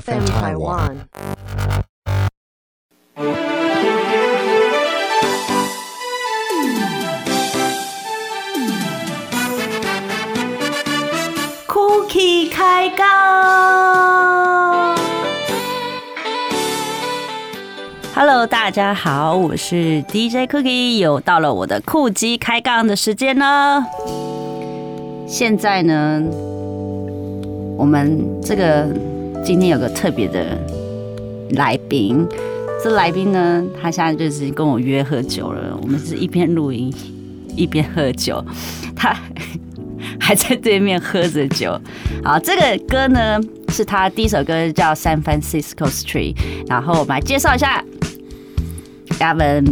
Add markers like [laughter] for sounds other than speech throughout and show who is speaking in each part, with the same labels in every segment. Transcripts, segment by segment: Speaker 1: FM Taiwan.
Speaker 2: 哭泣开讲。Hello，大家好，我是 DJ Cookie，又到了我的酷机开杠的时间了。现在呢，我们这个今天有个特别的来宾，这来宾呢，他现在就是跟我约喝酒了。我们是一边录音一边喝酒，他 [laughs] 还在对面喝着酒。好，这个歌呢是他第一首歌叫《San Francisco Street》，然后我们来介绍一下嘉文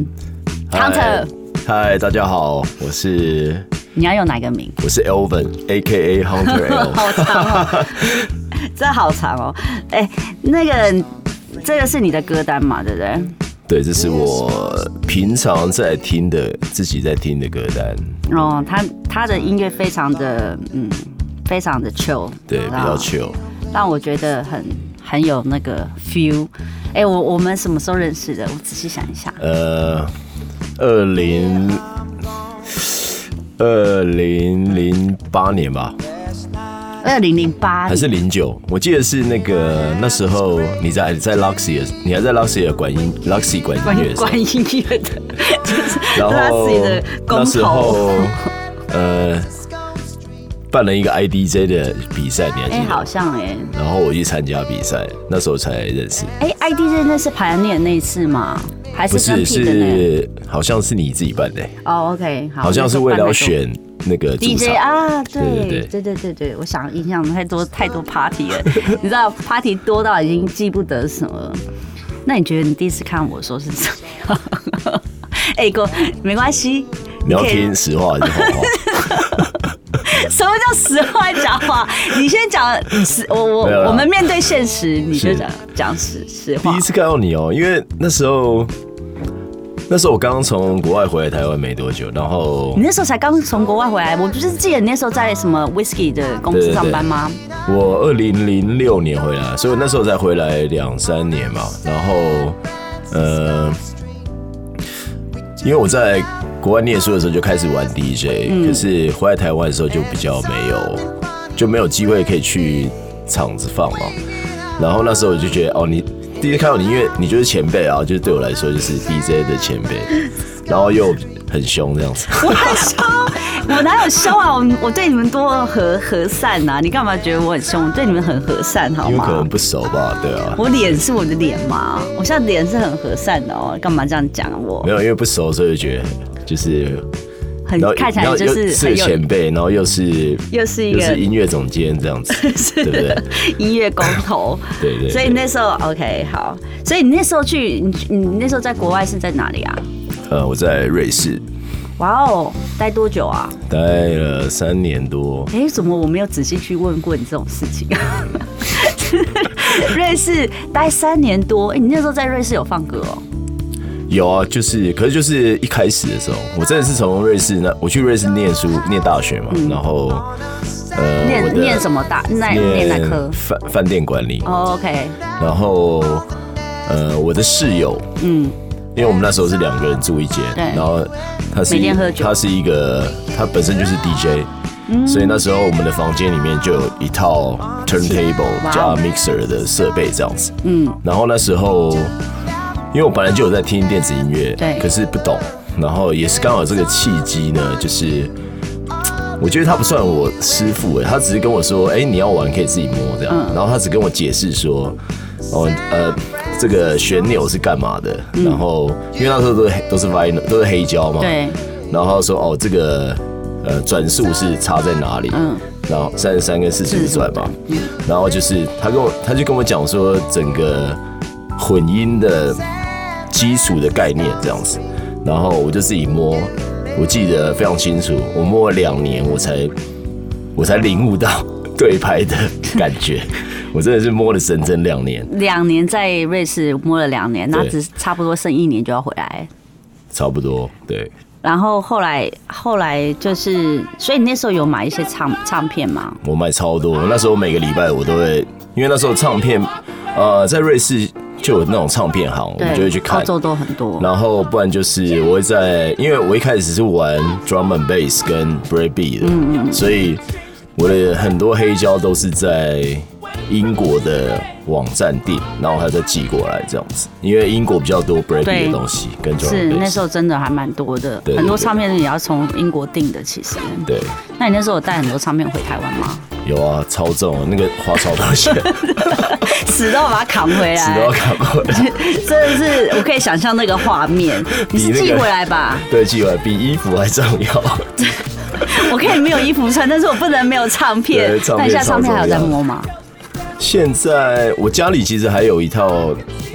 Speaker 2: Hunter，
Speaker 3: 嗨，大家好，我是
Speaker 2: 你要用哪个名？
Speaker 3: 我是 Elvin A K
Speaker 2: [laughs]
Speaker 3: A Hunter L，
Speaker 2: 好长
Speaker 3: [laughs]
Speaker 2: 哦，这好长哦。哎、那个，这个是你的歌单嘛，对不对？
Speaker 3: 对，这是我平常在听的，自己在听的歌单，
Speaker 2: 哦，他他的音乐非常的嗯，非常的 chill，
Speaker 3: 对，
Speaker 2: 你
Speaker 3: 比
Speaker 2: 知道
Speaker 3: 较
Speaker 2: 吗
Speaker 3: chill。
Speaker 2: 让我觉得很很有那个 feel。哎、我我们什么时候认识的？我仔细想一下，
Speaker 3: 呃，二零二零零八年吧，
Speaker 2: 二零零八
Speaker 3: 还是零九？我记得是那个那时候你在在 Luxy，的你还在 Luxy 的管音 Luxy 管音乐的时候
Speaker 2: 关音乐的， [laughs] 就是
Speaker 3: 然后
Speaker 2: Luxy 的
Speaker 3: 那
Speaker 2: 公
Speaker 3: 时
Speaker 2: 投。
Speaker 3: 候，呃，办了一个 IDJ 的比赛，你还记
Speaker 2: 哎、
Speaker 3: 得吗？
Speaker 2: 好像哎、
Speaker 3: 然后我去参加比赛，那时候才认识。
Speaker 2: 哎、i d 真的是排练那一次吗？还
Speaker 3: 不
Speaker 2: 是跟
Speaker 3: 是，
Speaker 2: P 的呢？
Speaker 3: 是好像是你自己办的、
Speaker 2: 哦、o k 好，
Speaker 3: 好像是为
Speaker 2: 那
Speaker 3: 了
Speaker 2: 就
Speaker 3: 要
Speaker 2: 换那个
Speaker 3: 选那个主
Speaker 2: DJ
Speaker 3: 场。
Speaker 2: 啊，
Speaker 3: 对
Speaker 2: 对
Speaker 3: 对
Speaker 2: 对对对对，我想印象太多太多 party 了， [laughs] 你知道 party 多到已经记不得什么了。那你觉得你第一次看我说是怎么 [laughs] 样？哎哥，没关系，
Speaker 3: 你要
Speaker 2: 可以
Speaker 3: 听实话还
Speaker 2: [laughs]
Speaker 3: 是谎话？
Speaker 2: 什么叫实话讲话？你先讲实，我我
Speaker 3: [laughs] 没有啦
Speaker 2: 我们面对现实，你就是讲讲实实
Speaker 3: 第
Speaker 2: 话
Speaker 3: 一。次看到你哦、因为那时候，那时候我刚刚从国外回来台湾没多久，然后
Speaker 2: 你那时候才刚从国外回来，我不是记得你那时候在什么 Whisky 的公司
Speaker 3: 对对对
Speaker 2: 上班吗？
Speaker 3: 我二零零六年回来，所以我那时候才回来两三年嘛。然后，呃，因为我在国外念书的时候就开始玩 DJ，、可
Speaker 2: 嗯
Speaker 3: 是回来台湾的时候就比较没有，就没有机会可以去场子放嘛。然后那时候我就觉得，哦，你第一次看到你，因为你就是前辈啊，就是对我来说就是 DJ 的前辈，
Speaker 2: [laughs]
Speaker 3: 然后又很凶这样子。
Speaker 2: 我很凶，我哪有凶啊？我我对你们多和和善呐、啊！你干嘛觉得我很凶？我对你们很和善，好
Speaker 3: 因为可
Speaker 2: 吗
Speaker 3: 能？不熟吧，对啊，
Speaker 2: 我脸是我的脸嘛，我现在脸是很和善的哦，干嘛这样讲我
Speaker 3: 没？有因为不熟，所以就觉得就是
Speaker 2: 很
Speaker 3: 然后
Speaker 2: 看起来就
Speaker 3: 然后
Speaker 2: 是
Speaker 3: 又
Speaker 2: 很
Speaker 3: 是
Speaker 2: 有，
Speaker 3: 前辈，然后又是
Speaker 2: 又是一
Speaker 3: 又
Speaker 2: 个
Speaker 3: 是音乐总监这
Speaker 2: [laughs]
Speaker 3: 样子，对不对？
Speaker 2: 音乐公投。
Speaker 3: [laughs] 对对。
Speaker 2: 所以
Speaker 3: 对
Speaker 2: 那时候 OK 好，所以你那时候去，你你那时候在国外是在哪里啊？
Speaker 3: 呃，我在瑞士
Speaker 2: 哇哦，待多久啊？
Speaker 3: 待了三年多，
Speaker 2: 哎、怎么我没有仔细去问过你这种事情？ [laughs] 瑞士待三年多，哎、你那时候在瑞士有放歌哦？
Speaker 3: 有啊，就是可是就是一开始的时候，我真的是从瑞士那我去瑞士念书念大学嘛，然后呃我
Speaker 2: 嗯念
Speaker 3: 的
Speaker 2: 念什么大？那念哪科
Speaker 3: 念？饭饭店管理，
Speaker 2: 哦，OK，
Speaker 3: 然后呃我的室友
Speaker 2: 嗯，
Speaker 3: 因为我们那时候是两个人住一间，
Speaker 2: 对
Speaker 3: 然后他是
Speaker 2: 每天喝酒嗯
Speaker 3: 他是一个他本身就是 DJ，、所以那时候我们的房间里面就有一套 turntable
Speaker 2: 哇
Speaker 3: 加
Speaker 2: 哦
Speaker 3: mixer 的设备这样子，
Speaker 2: 嗯，
Speaker 3: 然后那时候因为我本来就有在听电子音乐，
Speaker 2: 对
Speaker 3: 可是不懂，然后也是刚好这个契机呢，就是。我觉得他不算我师傅、欸，他只是跟我说，哎、你要玩可以自己摸这
Speaker 2: 嗯
Speaker 3: 样，然后他只跟我解释说，哦，呃，这个旋钮是干嘛的？然后因为那时候都是都是 vinyl 都是黑胶嘛，
Speaker 2: 对，
Speaker 3: 然后他说哦，这个呃转速是差在哪里？
Speaker 2: 嗯
Speaker 3: 然后三十三跟四十转嘛，
Speaker 2: 嗯
Speaker 3: 然后就是他跟我他就跟我讲说整个混音的基础的概念这样子，然后我就自己摸，我记得非常清楚，我摸了两年我才我才领悟到 [laughs] 对拍的感觉，我真的是摸了整整两年，
Speaker 2: 两年在瑞士摸了两年，那
Speaker 3: 对
Speaker 2: 只是差不多剩一年就要回来。
Speaker 3: 差不多对。
Speaker 2: 然后后来后来就是，所以你那时候有买一些唱唱片吗？啊
Speaker 3: 我买超多，那时候每个礼拜我都会，因为那时候唱片呃，在瑞士就有那种唱片行，我
Speaker 2: 对，
Speaker 3: 们就会去看
Speaker 2: 澳。洲都很多。
Speaker 3: 然后不然就是我会在，因为我一开始是玩 drum and bass 跟 breakbeat 的，
Speaker 2: 嗯
Speaker 3: 所以我的很多黑胶都是在英国的网站订，然后他再寄过来这样子，因为英国比较多 breakbeat
Speaker 2: 对
Speaker 3: 的东西跟 drum
Speaker 2: 是
Speaker 3: and
Speaker 2: 那时
Speaker 3: bass。
Speaker 2: 候真的还蛮多的，
Speaker 3: 对对
Speaker 2: 很多
Speaker 3: 对
Speaker 2: 唱片也要从英国订的。其实，
Speaker 3: 对，
Speaker 2: 那你那时候有带很多唱片回台湾吗？
Speaker 3: 有啊，超重，那个花超多
Speaker 2: [laughs]
Speaker 3: 钱， [laughs]
Speaker 2: 死都要把它扛回
Speaker 3: 纸都要
Speaker 2: 来，
Speaker 3: 看过来。
Speaker 2: 真的是我可以想象那个画面。你是
Speaker 3: 比那个
Speaker 2: 寄回来吧？
Speaker 3: 对，寄完比衣服还重要。 [laughs]
Speaker 2: 我可以没有衣服穿，但是我不能没有唱片
Speaker 3: 对。唱片
Speaker 2: 那你现在唱片还有在
Speaker 3: 超重要
Speaker 2: 摸吗？
Speaker 3: 现在我家里其实还有一套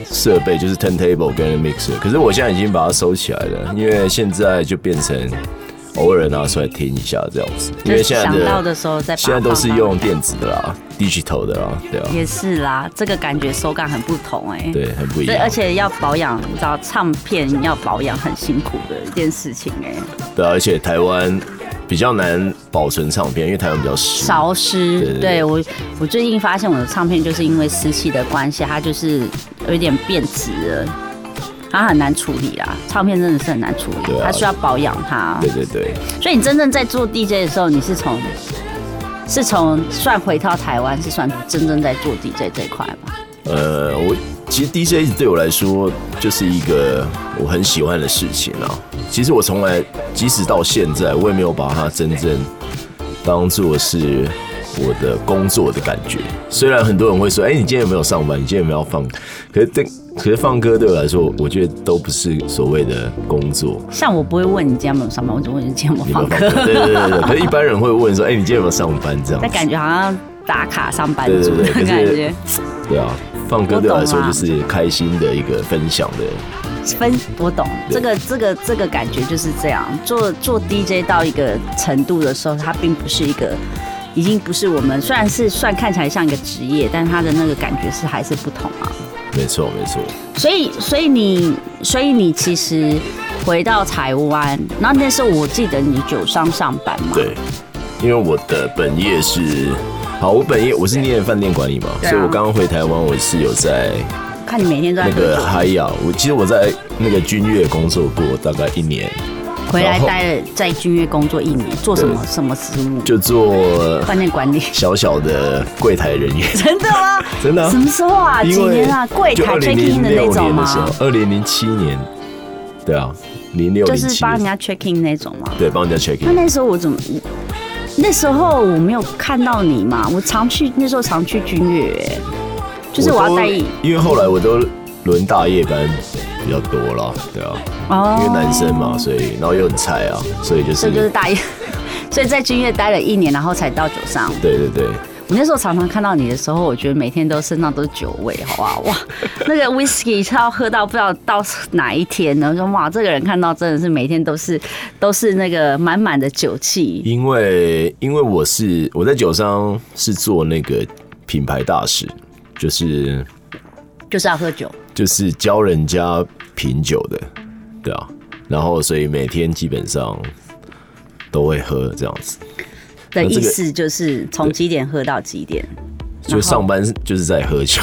Speaker 3: 设备，就是 turntable 跟 mixer，可是我现在已经把它收起来了，因为现在就变成偶尔拿出来听一下这样子。因为现在
Speaker 2: 就是想到
Speaker 3: 的
Speaker 2: 的时候再把它
Speaker 3: 现在都是
Speaker 2: 放
Speaker 3: 用电子的啦，digital 的啦，对啊，
Speaker 2: 也是啦，这个感觉手感很不同哎、
Speaker 3: 对，很不一
Speaker 2: 对，
Speaker 3: 样
Speaker 2: 而。且要保养，你知道唱片要保养很辛苦的一件事情哎、
Speaker 3: 对啊，而且台湾比较难保存唱片，因为台湾比较湿。
Speaker 2: 潮湿。
Speaker 3: 对对
Speaker 2: 对我，我最近发现我的唱片就是因为湿气的关系，它就是有一点变质了，它很难处理啊。唱片真的是很难处理，
Speaker 3: 对啊
Speaker 2: 它需要保养它。
Speaker 3: 对对对，
Speaker 2: 所以你真正在做 DJ 的时候，你是从是从算回到台湾，是算真正在做 DJ 这一块吗？
Speaker 3: 呃，我其实 DJ 一直对我来说就是一个我很喜欢的事情啊。其实我从来，即使到现在，我也没有把它真正当做是我的工作的感觉。虽然很多人会说：“哎、你今天有没有上班？你今天有没有放？”可是对，可是放歌对我来说，我觉得都不是所谓的工作。
Speaker 2: 像我不会问你今天有没有上班，我只问你今天有没
Speaker 3: 你
Speaker 2: 有放
Speaker 3: 们放
Speaker 2: 歌
Speaker 3: 歌，，对对对对。可是一般人会问说：“哎、你今天有没有上班？”这样子
Speaker 2: [laughs] 但感觉好像打卡上班
Speaker 3: 对
Speaker 2: 族
Speaker 3: 对
Speaker 2: 的
Speaker 3: 对，可
Speaker 2: 感
Speaker 3: 是
Speaker 2: 觉，
Speaker 3: 对啊，放歌
Speaker 2: 我
Speaker 3: 对我
Speaker 2: 懂
Speaker 3: 来说
Speaker 2: 啊
Speaker 3: 就是开心的一个分享的
Speaker 2: 分我懂，
Speaker 3: 对
Speaker 2: 这个这个这个感觉就是这样。做做 DJ 到一个程度的时候，它并不是一个，已经不是我们虽然是算看起来像一个职业，但它的那个感觉是还是不同啊。
Speaker 3: 没错，没错，
Speaker 2: 所以，所以你，所以你其实回到台湾，然后那时候我记得你九商上班嘛，
Speaker 3: 对，因为我的本业是，好，我本业我是念饭店管理嘛，
Speaker 2: 对啊
Speaker 3: 所以我刚刚回台湾，我是有在
Speaker 2: 看你每天都在
Speaker 3: 那
Speaker 2: 喝
Speaker 3: 个
Speaker 2: 酒，
Speaker 3: 海雅，我其实我在那个君悦工作过大概一年，
Speaker 2: 回来
Speaker 3: 然后
Speaker 2: 待了在君悦工作一年，做什么什么职务？
Speaker 3: 就做
Speaker 2: 饭店管理， [laughs]
Speaker 3: 小小的柜台人员，
Speaker 2: 真的吗？
Speaker 3: 真的啊、
Speaker 2: 什么时候啊？几
Speaker 3: 因为
Speaker 2: 年啊？柜台 check in 的那种
Speaker 3: 年的
Speaker 2: 吗？
Speaker 3: 时候，二零零七年，对啊，零六
Speaker 2: 就
Speaker 3: 零
Speaker 2: 是
Speaker 3: 七
Speaker 2: 帮，人家 check in 那种吗？
Speaker 3: 对，帮人家 check
Speaker 2: 那
Speaker 3: in，
Speaker 2: 那时候我怎么？那时候我没有看到你嘛，我常去那时候常去君悦、欸就是我要
Speaker 3: 都
Speaker 2: 带
Speaker 3: 因为后来我都轮大夜班比较多了，对啊。
Speaker 2: 哦
Speaker 3: 因为男生嘛，所以然后又很菜啊，所以就是
Speaker 2: 这就是大一， [laughs] 所以在君悦待了一年，然后才到九上。
Speaker 3: 对对对，
Speaker 2: 我那时候常常看到你的时候，我觉得每天都身上都是酒味，好不好？哇， [laughs] 那个 whisky 要喝到不知道到哪一天呢？说哇，这个人看到真的是每天都是都是那个满满的酒气。
Speaker 3: 因为因为我是我在酒商是做那个品牌大使，就是
Speaker 2: 就是要喝酒，
Speaker 3: 就是教人家品酒的，对啊，然后所以每天基本上都会喝这样子，
Speaker 2: 的
Speaker 3: 那这
Speaker 2: 意
Speaker 3: 个
Speaker 2: 思就是从几点喝到几点，
Speaker 3: 就上班就是在喝酒，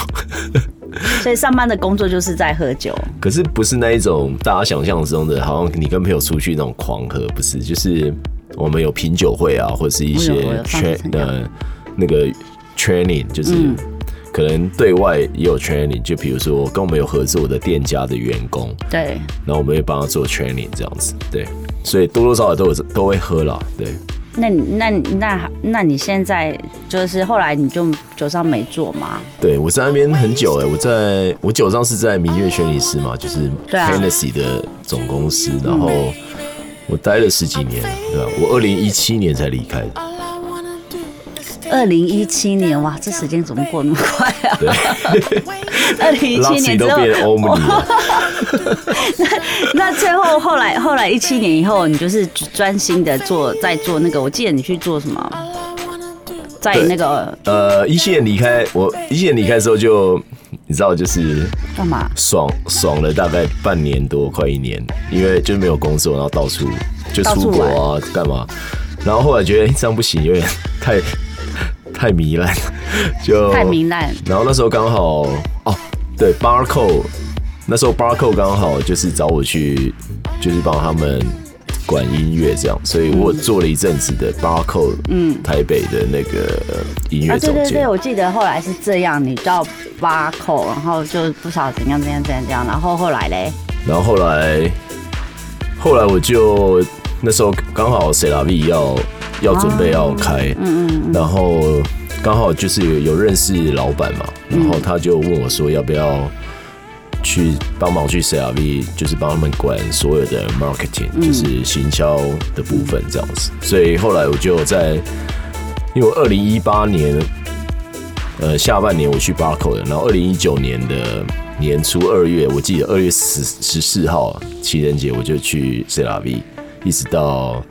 Speaker 2: 所以上班的工作就是在喝酒。
Speaker 3: 可是不是那一种大家想象中的，好像你跟朋友出去那种狂喝，不是，就是我们有品酒会啊，或是一
Speaker 2: 我有我
Speaker 3: 些
Speaker 2: 有上次
Speaker 3: train
Speaker 2: 参加
Speaker 3: 呃那个 training，就是可能对外也有 training，就比如说跟我们有合作的店家的员工，
Speaker 2: 对，
Speaker 3: 然后我们会帮他做 training 这样子，对，所以多多少少都有都会喝啦，对，
Speaker 2: 那你那你那那你现在就是后来你就酒上没做吗？
Speaker 3: 对我在那边很久哎、我在我酒上是在明月轩尼诗嘛，就是
Speaker 2: 对啊
Speaker 3: Hennessy 的总公司，然后我待了十几年，对吧、啊我二零一七年才离开的，
Speaker 2: 二零一
Speaker 3: [laughs]
Speaker 2: 七年，哇，这时间怎么过那么快啊？
Speaker 3: 对，
Speaker 2: [laughs] 二零一七
Speaker 3: Luxy
Speaker 2: 年
Speaker 3: 都
Speaker 2: 之后，
Speaker 3: 变欧姆尼了，
Speaker 2: 那最后后来后来一七年以后，你就是专心的做在做那个，我记得你去做什么，在
Speaker 3: 对
Speaker 2: 那个
Speaker 3: 呃，一七年离开，我一七年离开之后就你知道就是
Speaker 2: 干嘛？
Speaker 3: 爽爽了大概半年多，快一年，因为就没有工作，然后到处哎就出国啊，干嘛？然后后来觉得、诶这样不行，有点太太糜烂，就
Speaker 2: 太糜烂。
Speaker 3: 然后那时候刚好哦，对，Barco，那时候 Barco 刚好就是找我去，就是帮他们管音乐这样，所以我做了一阵子的 Barco，嗯，台北的那个呃音乐
Speaker 2: 啊，对
Speaker 3: 总
Speaker 2: 对
Speaker 3: 监
Speaker 2: 对，。我记得后来是这样，你到八口，然后就不晓得怎样怎样怎样怎样，然后后来嘞，
Speaker 3: 然后后来，后来我就那时候刚好 C R V 要要准备要开，嗯嗯然后刚好就是有有认识老板嘛，然后他就问我说要不要去帮忙去 C R V，就是帮他们管所有的 marketing，、就是行销的部分这样子。所以后来我就在，因为我二零一八年呃下半年我去巴口的，然后二零一九年的年初二月，我记得二月十十四号情人节我就去 C R V，一直到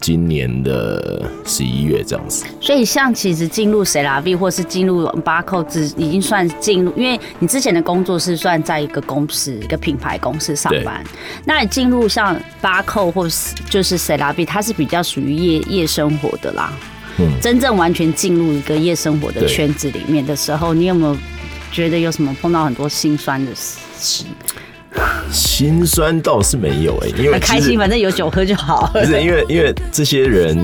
Speaker 3: 今年的十一月这样子。
Speaker 2: 所以像其实进入 C 拉 V 或是进入八口，只已经算进入，因为你之前的工作是算在一个公司、一个品牌公司上班，那你进入像八口或是就是 C 拉 V，它是比较属于夜夜生活的啦。
Speaker 3: 嗯
Speaker 2: 真正完全进入一个夜生活的
Speaker 3: 对
Speaker 2: 圈子里面的时候，你有没有觉得有什么碰到很多心酸的
Speaker 3: 呃
Speaker 2: 事？
Speaker 3: 心酸倒是没有哎、因为
Speaker 2: 很开
Speaker 3: 其实
Speaker 2: 心，反正有酒喝就好。
Speaker 3: 不是因为因为这些人，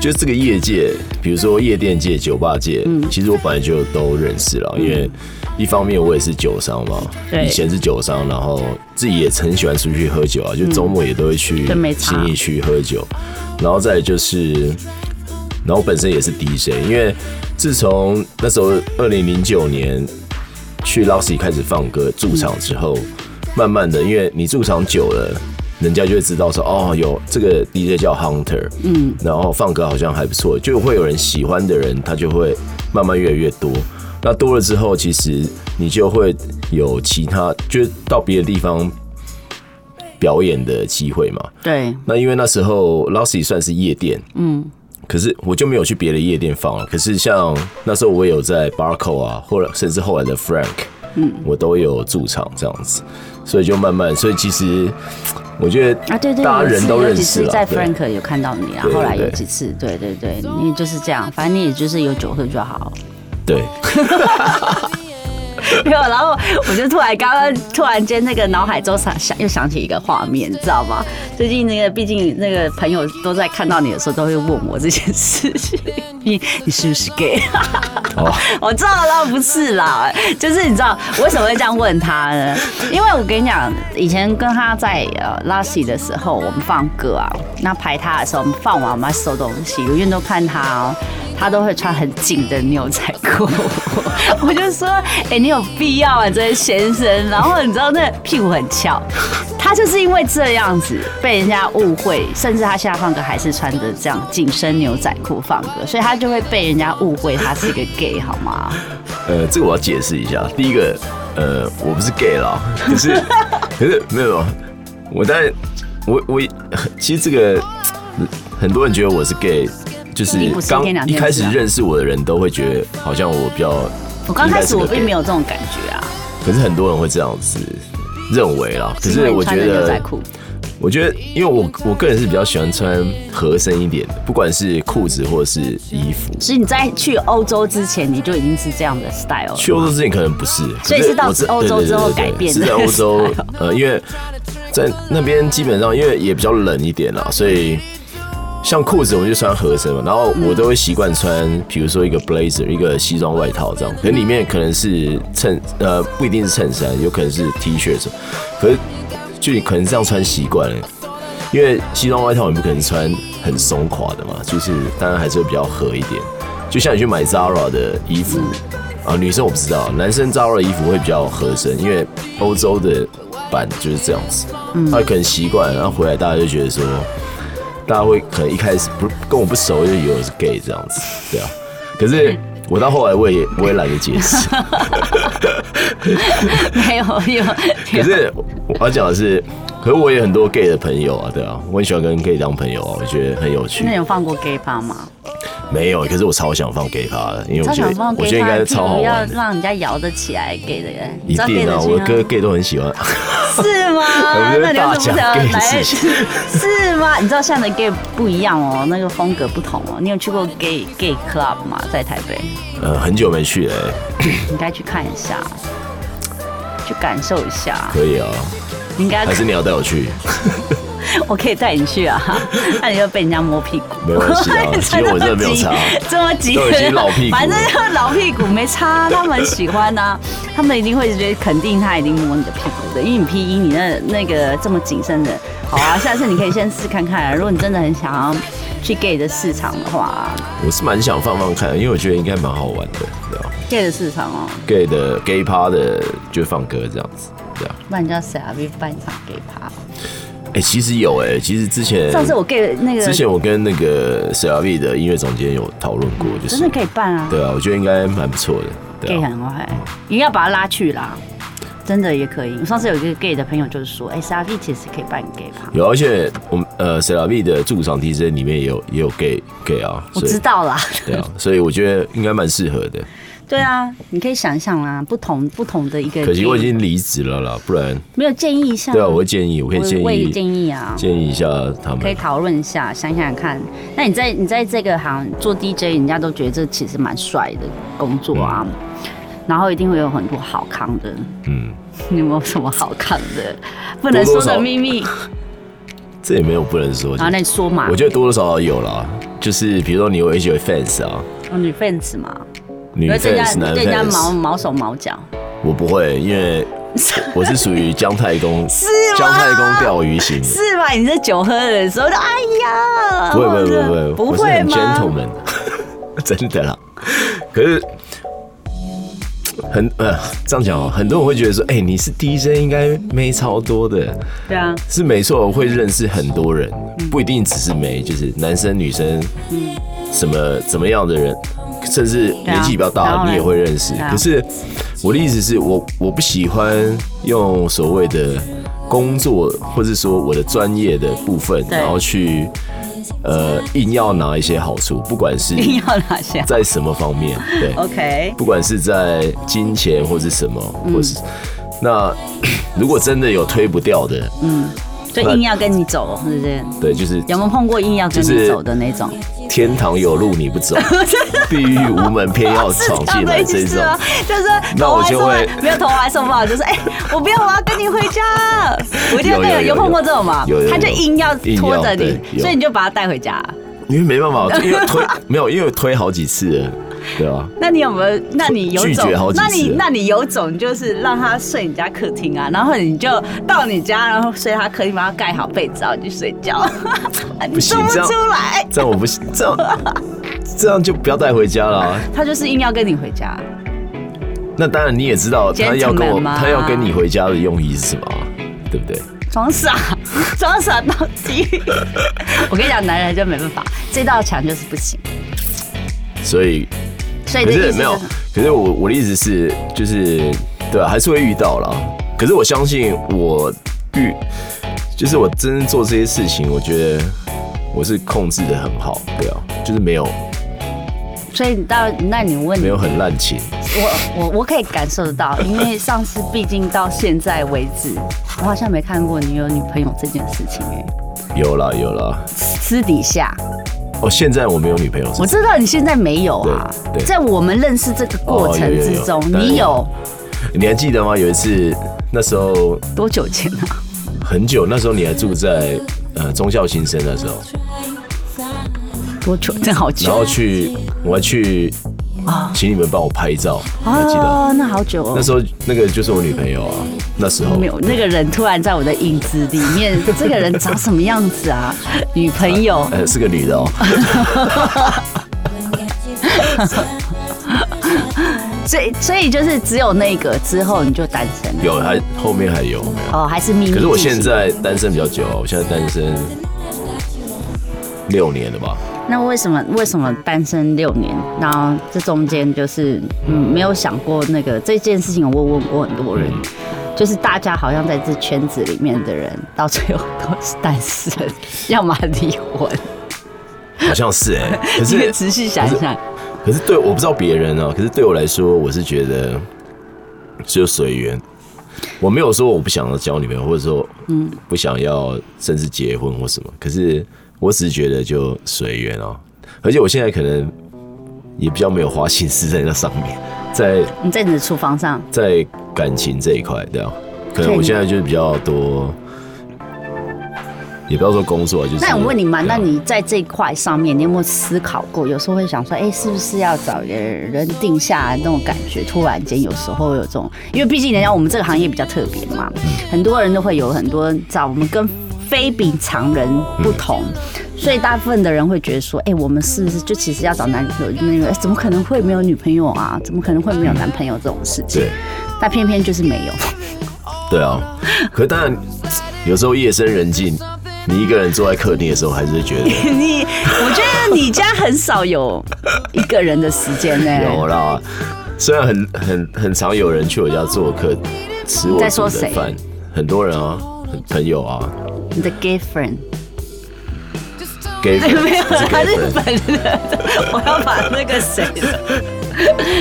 Speaker 3: 就是这个业界，比如说夜店界、酒吧界，
Speaker 2: 嗯
Speaker 3: 其实我本来就都认识了。因为一方面我也是酒商嘛，
Speaker 2: 对
Speaker 3: 以前是酒商，然后自己也很喜欢出去喝酒啊，就周末也都会去
Speaker 2: 对没差
Speaker 3: 新义区喝酒。然后再来就是，然后我本身也是 DJ，因为自从那时候二零零九年去 l o s y 开始放歌驻场之
Speaker 2: 嗯
Speaker 3: 后，慢慢的，因为你驻场久了，人家就会知道说，哦，有这个 DJ 叫 Hunter，嗯，然后放歌好像还不错，就会有人喜欢的人，他就会慢慢越来越多。那多了之后，其实你就会有其他，就是到别的地方表演的机会嘛。
Speaker 2: 对，
Speaker 3: 那因为那时候 l o s y 算是夜店，嗯，可是我就没有去别的夜店放啊了。可是像那时候我也有在 Barco 啊，或者甚至后来的 Frank，嗯，我都有驻场这样子，所以就慢慢，所以其实我觉得
Speaker 2: 啊，对对，
Speaker 3: 大家
Speaker 2: 有一
Speaker 3: 人
Speaker 2: 次
Speaker 3: 都
Speaker 2: 有
Speaker 3: 认
Speaker 2: 几
Speaker 3: 识
Speaker 2: 次
Speaker 3: 了，
Speaker 2: 在
Speaker 3: 对
Speaker 2: Frank 有看到你啊，
Speaker 3: 对对
Speaker 2: 后来有
Speaker 3: 对
Speaker 2: 几次，对对对，你就是这样，反正你也就是有酒喝就好。
Speaker 3: 对，
Speaker 2: 没有，然后我就突然刚刚突然间那个脑海中想想又想起一个画面，你知道吗？最近那个毕竟那个朋友都在看到你的时候都会问我这件事情，你你是不是 gay？
Speaker 3: 哦，
Speaker 2: [laughs] 我知道啦，不是啦，就是你知道为什么会这样问他呢？因为我跟你讲，以前跟他在呃拉西的时候，我们放歌啊，那排他的时候，我们放完我们要收东西，永远都看他哦。他都会穿很紧的牛仔裤， [laughs] 我就说，哎、你有必要啊，这位先生。然后你知道那屁股很翘，他就是因为这样子被人家误会，甚至他现在放歌还是穿着这样紧身牛仔裤放歌，所以他就会被人家误会他
Speaker 3: [laughs]
Speaker 2: 是一个 gay 好吗？
Speaker 3: 呃，这个我要解释一下。第一个，呃，我不是 gay 啦，可是 [laughs] 可是没有没有，我当然我我其实这个嗯很多人觉得我是 gay，就是
Speaker 2: 你不是一
Speaker 3: 刚
Speaker 2: 天两
Speaker 3: 一
Speaker 2: 天
Speaker 3: 开
Speaker 2: 不是
Speaker 3: 始
Speaker 2: 啊
Speaker 3: 认识我的人都会觉得好像我比较，
Speaker 2: 我刚开始我并没
Speaker 3: 有，
Speaker 2: 有这种感觉啊，
Speaker 3: 可是很多人会这样子认为啦。可
Speaker 2: 因
Speaker 3: 是
Speaker 2: 为你
Speaker 3: 我
Speaker 2: 穿
Speaker 3: 觉
Speaker 2: 着牛仔
Speaker 3: 得，
Speaker 2: 裤，
Speaker 3: 我觉得因为我我个人是比较喜欢穿合身一点的，不管是裤子或是衣服。
Speaker 2: 所以你在去欧洲之前你就已经是这样的 style 了。
Speaker 3: 去欧洲之前可能不是，
Speaker 2: 所以
Speaker 3: 可
Speaker 2: 是到
Speaker 3: 我知
Speaker 2: 欧洲之后
Speaker 3: 对对对对
Speaker 2: 改变
Speaker 3: 是
Speaker 2: 的
Speaker 3: 在欧洲， [laughs] 呃，因为在那边基本上因为也比较冷一点啦，所以像裤子我就穿合身嘛，然后
Speaker 2: 嗯
Speaker 3: 我都会习惯穿，比如说一个 blazer，一个西装外套这样，可能里面可能是衬，呃，不一定是衬衫，有可能是 T 恤什么，可是就你可能这样穿习惯了。因为西装外套你不可能穿很松垮的嘛，就是当然还是会比较合一点。就像你去买 Zara 的衣服啊，女生我不知道，男生 Zara 的衣服会比较合身，因为欧洲的版就是这样子，他可能习惯，然后回来大家就觉得说，大家会可能一开始不跟我不熟就以为我是 gay 这样子，对啊。可是我到后来我也我也懒得解释，
Speaker 2: 没有有
Speaker 3: 可
Speaker 2: 有，
Speaker 3: 是我要讲的是，可是我也很多 gay 的朋友啊，对啊，我很喜欢跟 gay 当朋友啊，我觉得很有趣
Speaker 2: 那。你有放过 gay 吧吗？
Speaker 3: 没有，可是我超想放 gay 趴的，因为我
Speaker 2: 超
Speaker 3: 觉
Speaker 2: 想
Speaker 3: 得
Speaker 2: 放
Speaker 3: 我
Speaker 2: gay
Speaker 3: 觉得应
Speaker 2: 趴，
Speaker 3: 该是超好
Speaker 2: 要
Speaker 3: 玩的，
Speaker 2: 让人家摇得起来给的人，你
Speaker 3: 一
Speaker 2: 知道 gay
Speaker 3: 定
Speaker 2: 的
Speaker 3: 啊，
Speaker 2: 群
Speaker 3: 我
Speaker 2: 吗
Speaker 3: 哥 gay 都很喜欢。 [laughs]
Speaker 2: 是吗
Speaker 3: 我？
Speaker 2: 那
Speaker 3: 们在
Speaker 2: 你为
Speaker 3: 大
Speaker 2: 什么
Speaker 3: 讲
Speaker 2: 不想
Speaker 3: gay 的
Speaker 2: 来？
Speaker 3: 事情
Speaker 2: [laughs] 是吗？你知道现在的 gay 不一样哦，那个风格不同哦。你有去过 gay gay club 吗？在台北，
Speaker 3: 呃，很久没去了、欸，
Speaker 2: 你应该去看一下，去感受一下。
Speaker 3: 可以啊，
Speaker 2: 你应该要
Speaker 3: 还是
Speaker 2: 看，
Speaker 3: 你要带我去？
Speaker 2: [laughs] 我可以带你
Speaker 3: [laughs]
Speaker 2: 去啊，那你就被人家摸屁股。
Speaker 3: 没关
Speaker 2: [laughs]
Speaker 3: 系啊其实我真的没有差啊
Speaker 2: 这么急，
Speaker 3: 都已经老屁股了
Speaker 2: 反正就是老屁股没差，他们喜欢呐、他们一定会觉得肯定他一定摸你的屁股的，因为你 P 一你那那个这么谨慎的，好啊，下次你可以先试看看、啊，如 [laughs] 果你真的很想要去 gay 的市场的话
Speaker 3: 我是蛮想放放看，因为我觉得应该蛮好玩的，对吧
Speaker 2: ，gay 的市场哦，
Speaker 3: ？gay 的 gay 趴的就放歌这样子，对啊。
Speaker 2: 不然叫谁啊？去办一场 gay 趴？
Speaker 3: 哎、其实有哎、其实之前
Speaker 2: 上次我 gay 的那个
Speaker 3: 之前我跟那个 C R V 的音乐总监有讨论过，就是
Speaker 2: 真的可以办啊
Speaker 3: 对啊，我觉得应该蛮不错的，对
Speaker 2: gay
Speaker 3: 啊。
Speaker 2: 很好哎，一定要把他拉去啦。真的也可以。上次有一个 gay 的朋友就是说，哎、s r V 其实可以办 gay 趴。
Speaker 3: 有，而且我们呃 C R V 的驻场 DJ 里面也有也有 gay gay 啊，
Speaker 2: 我
Speaker 3: 所
Speaker 2: 知
Speaker 3: 以
Speaker 2: 道啦，
Speaker 3: 对啊，所以我觉得应该蛮适合的。
Speaker 2: [laughs] 对啊，你可以想象啊，不同不同的一个 game，
Speaker 3: 可惜我已经离职了啦，不然
Speaker 2: 没有建议一下，
Speaker 3: 对啊，我会建议，我可以建
Speaker 2: 我也
Speaker 3: 议
Speaker 2: 建议啊，
Speaker 3: 建议一下他
Speaker 2: 可以
Speaker 3: 们。
Speaker 2: 讨论一下，想想看。那你在你在这个行做 DJ，人家都觉得这其实蛮帅的工作啊，然后一定会有很多好康的。
Speaker 3: 嗯，
Speaker 2: [laughs] 你有没有什么好看的、不能说的秘密？
Speaker 3: 这也没有不能说，
Speaker 2: 然后那你说嘛，
Speaker 3: 我觉得多多少少有啦，就是比如说你有一些 fans 啊，
Speaker 2: 哦女 fans 嘛，
Speaker 3: 女
Speaker 2: 你会增加
Speaker 3: fans 男
Speaker 2: 增加毛
Speaker 3: fans，
Speaker 2: 毛手毛脚，
Speaker 3: 我不会，因为我是属于姜太
Speaker 2: [laughs]
Speaker 3: 公，
Speaker 2: 吗
Speaker 3: 姜太公钓鱼型的，
Speaker 2: 是吧？你在酒喝的时候就哎呀，
Speaker 3: 不会不会不会
Speaker 2: 不
Speaker 3: 我是
Speaker 2: 会
Speaker 3: 很
Speaker 2: 吗？
Speaker 3: gentleman，的 [laughs] 真的啦。可是很呃，这样讲哦，很多人会觉得说，哎，你是 DJ 应该妹超多的，
Speaker 2: 对啊，
Speaker 3: 是没错，我会认识很多人，
Speaker 2: 嗯
Speaker 3: 不一定只是美，就是男生女生，什么怎么样的人，甚至年纪比较
Speaker 2: 对啊然
Speaker 3: 大，
Speaker 2: 后呢
Speaker 3: 你也会认识
Speaker 2: 对。啊
Speaker 3: 可是我的意思是我我不喜欢用所谓的工作，或是说我的专业的部分，
Speaker 2: 对
Speaker 3: 然后去呃硬要拿一些好处，不管是
Speaker 2: 一定要拿下。
Speaker 3: [laughs] 在什么
Speaker 2: [laughs]
Speaker 3: 方面，对
Speaker 2: OK，
Speaker 3: 不管是在金钱或是什么，或
Speaker 2: 嗯
Speaker 3: 是那 [coughs] 如果真的有推不掉的，
Speaker 2: 嗯就硬要跟你走，是不是？
Speaker 3: 对，就是
Speaker 2: 有没有碰过硬要跟你走的那
Speaker 3: [laughs]
Speaker 2: 种？
Speaker 3: 天堂有路你不走，地狱无门偏要闯进来这
Speaker 2: 是
Speaker 3: 种。
Speaker 2: 啊，就是
Speaker 3: 那
Speaker 2: 头
Speaker 3: 我
Speaker 2: 还
Speaker 3: 就
Speaker 2: 受不
Speaker 3: 会
Speaker 2: 了，没有头还受不了，就是哎、我不要，我要跟你回家。我一定要跟
Speaker 3: 有有
Speaker 2: 你
Speaker 3: 有
Speaker 2: 有碰过这种嘛
Speaker 3: 有有有？
Speaker 2: 他就硬要拖着
Speaker 3: 硬要对
Speaker 2: 你，
Speaker 3: 有
Speaker 2: 所以你就把他带回家。
Speaker 3: 因为没办法，因为推没有，因为我推好几次了，对吧、
Speaker 2: 那你有没有？那你有
Speaker 3: 拒
Speaker 2: 种
Speaker 3: 绝好？几次
Speaker 2: 那你那你有种就是让他睡你家客厅啊，然后你就到你家，然后睡他客厅，把他盖好被子，然后你去睡觉。 [laughs] 你
Speaker 3: 行
Speaker 2: 说不
Speaker 3: 这样
Speaker 2: 出来，
Speaker 3: 这样我不行，这样这样就不要带回家了啊。
Speaker 2: 他就是硬要跟你回家。
Speaker 3: 那当然你也知道，他要跟
Speaker 2: Gentleman
Speaker 3: 我，
Speaker 2: 吗
Speaker 3: 他要跟你回家的用意是什么啊、对不对？
Speaker 2: 装傻， [laughs] 装傻到
Speaker 3: [laughs]
Speaker 2: 底。我跟你讲，男人就没办法，这道墙就是不行。
Speaker 3: 所以
Speaker 2: 所以
Speaker 3: 可
Speaker 2: 这意
Speaker 3: 是
Speaker 2: 思
Speaker 3: 没有
Speaker 2: 是，
Speaker 3: 可是我我的意思是，就是对啊，还是会遇到啦。可是我相信我遇，就是我真正做这些事情，我觉得我是控制的很好，对啊，就是没有
Speaker 2: 所以你到那你问
Speaker 3: 没有很滥情，
Speaker 2: 我，我我可以感受得到，因为上次毕竟到现在为止，我好像没看过你有女朋友这件事情哎、
Speaker 3: 有啦有啦。
Speaker 2: 私底下
Speaker 3: 哦，现在我没有女朋友，
Speaker 2: 我
Speaker 3: 是
Speaker 2: 知道你现在没有啊
Speaker 3: 对，对
Speaker 2: 在我们认识这个过程之中，
Speaker 3: 哦有有有
Speaker 2: 你有
Speaker 3: 你还记得吗？有一次，那时候
Speaker 2: 多久前啊？ [laughs]
Speaker 3: 很久，那时候你还住在呃中校新生那时候，
Speaker 2: 多久？真好
Speaker 3: 然
Speaker 2: 久
Speaker 3: 后去我还去请你们帮我拍照，你还记得？
Speaker 2: 哦，那好久哦
Speaker 3: 那。时候那个就是我女朋友啊，那时候
Speaker 2: 没有，那个人突然在我的影子里面，这个人长什么样子啊？女朋友，
Speaker 3: 呃是个
Speaker 2: [laughs]
Speaker 3: 女的哦，
Speaker 2: 所以所以就是只有那个之后你就单身了。
Speaker 3: 有还后面还有没有？
Speaker 2: 哦，还是秘密进行。
Speaker 3: 可是我现在单身比较久啊，我现在单身六年了吧？
Speaker 2: 那为什么为什么单身六年，然后这中间就是嗯没有想过那个这件事情，我问过很多
Speaker 3: 嗯
Speaker 2: 人，就是大家好像在这圈 [laughs] 子里面的人，到最后都是单身，要么离婚。
Speaker 3: 好像是哎、
Speaker 2: [laughs]
Speaker 3: 可
Speaker 2: 你可以
Speaker 3: 是
Speaker 2: 仔细想一想，
Speaker 3: 可是对我不知道别人哦、可是对我来说，我是觉得就随缘。我没有说我不想要交女朋友，或者说嗯不想要甚至结婚或什么，可是我只是觉得就随缘哦。而且我现在可能也比较没有花心思在那上面，在
Speaker 2: 你在你的厨房上，
Speaker 3: 在感情这一块，对啊，可能
Speaker 2: 对
Speaker 3: 我现在就是比较多，也不要说工作，就是
Speaker 2: 那我问你嘛，
Speaker 3: 对
Speaker 2: 那
Speaker 3: 啊
Speaker 2: 你在这一块上面，你有没有思考过？有时候会想说，哎、是不是要找个人定下来那种感觉？突然间，有时候有这种，因为毕竟人家我们这个行业比较特别嘛，
Speaker 3: 嗯
Speaker 2: 很多人都会有很多找我们跟。非比常人
Speaker 3: 嗯
Speaker 2: 不同，所以大部分的人会觉得说，哎、我们是不是就其实要找男友那个、哎怎么可能会没有女朋友啊？怎么可能会没有男朋友这种事情？
Speaker 3: 对
Speaker 2: 但偏偏就是没有。 [laughs]
Speaker 3: 对啊，可是当然有时候夜深人静，你一个人坐在客厅的时候，还是会觉
Speaker 2: [laughs]
Speaker 3: 得
Speaker 2: 你，我觉得你家很少有一个人的时间呢、
Speaker 3: 有啦。虽然很很很常有人去我家做客，吃我
Speaker 2: 你在
Speaker 3: 煮
Speaker 2: 说
Speaker 3: 的
Speaker 2: 谁
Speaker 3: 饭，很多人啊，很朋友啊
Speaker 2: 你的 gay friend [laughs]
Speaker 3: ，gay
Speaker 2: 对 [laughs]
Speaker 3: friend，
Speaker 2: 没有，
Speaker 3: 不是
Speaker 2: 他
Speaker 3: gay
Speaker 2: 是
Speaker 3: friend
Speaker 2: 本人的，我要把那个谁的，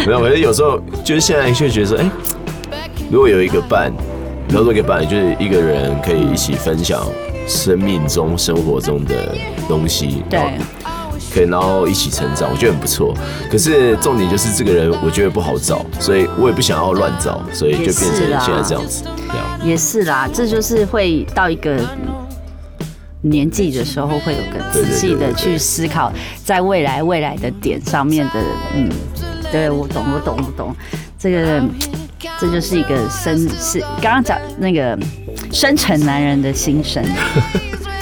Speaker 3: 没有，可是有时候就是现在就觉得说，哎、如果有一个伴，然后说一个伴就是一个人可以一起分享生命中、生活中的东西，
Speaker 2: 对
Speaker 3: 然后可以然后一起成长，我觉得很不错。可是重点就是这个人，我觉得不好找，所以我也不想要乱找，所以就变成
Speaker 2: 也是啦啊
Speaker 3: 现在这样子，这样。
Speaker 2: 也是啦，这就是会到一个。年纪的时候会有个仔细
Speaker 3: 对对对
Speaker 2: 的
Speaker 3: 对对
Speaker 2: 去思考，在未来未来的点上面的，嗯，对我懂我懂我懂，这个这就是一个深是刚刚讲那个深沉男人的心声。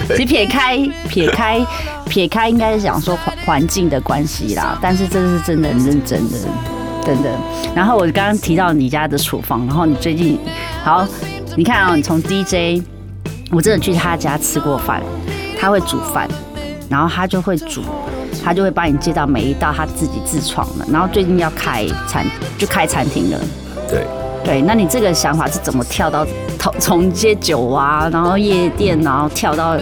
Speaker 2: 其实撇开撇开撇开，应该是讲说环环境的关系啦，但是这是真的很认真的，真的。然后我刚刚提到你家的厨房，然后你最近好，你看啊、你从 DJ，我真的去他家吃过饭，他会煮饭，然后他就会煮。他就会帮你介绍每一道他自己自创的，然后最近要开餐就开餐厅了，
Speaker 3: 对，
Speaker 2: 对，那你这个想法是怎么跳到从从街酒啊，然后夜店，然后跳到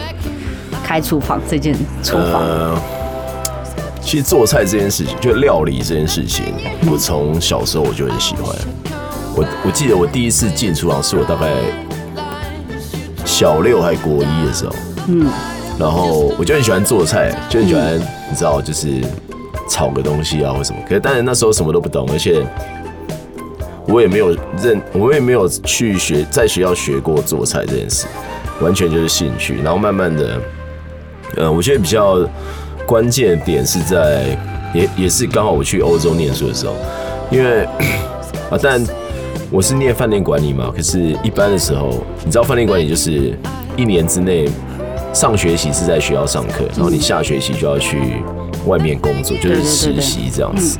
Speaker 2: 开厨房这件厨房？
Speaker 3: 呃，其实做菜这件事情，就料理这件事情，我从小时候我就很喜欢。我我记得我第一次进厨房是我大概小六还国一的时候，
Speaker 2: 嗯，
Speaker 3: 然后我就很喜欢做菜，就很喜欢，你知道，就是炒个东西啊或什么。可是当然那时候什么都不懂，而且我也没有认，我也没有去学在学校学过做菜这件事，完全就是兴趣。然后慢慢的，呃，我觉得比较关键的点是在，也也是刚好我去欧洲念书的时候，因为 [clears throat] 啊，但我是念饭店管理嘛，可是一般的时候，你知道饭店管理就是一年之内上学期是在学校上课，然后你下学期就要去外面工作，就
Speaker 2: 对对
Speaker 3: 是
Speaker 2: 对
Speaker 3: 实
Speaker 2: 对嗯
Speaker 3: 习这样子。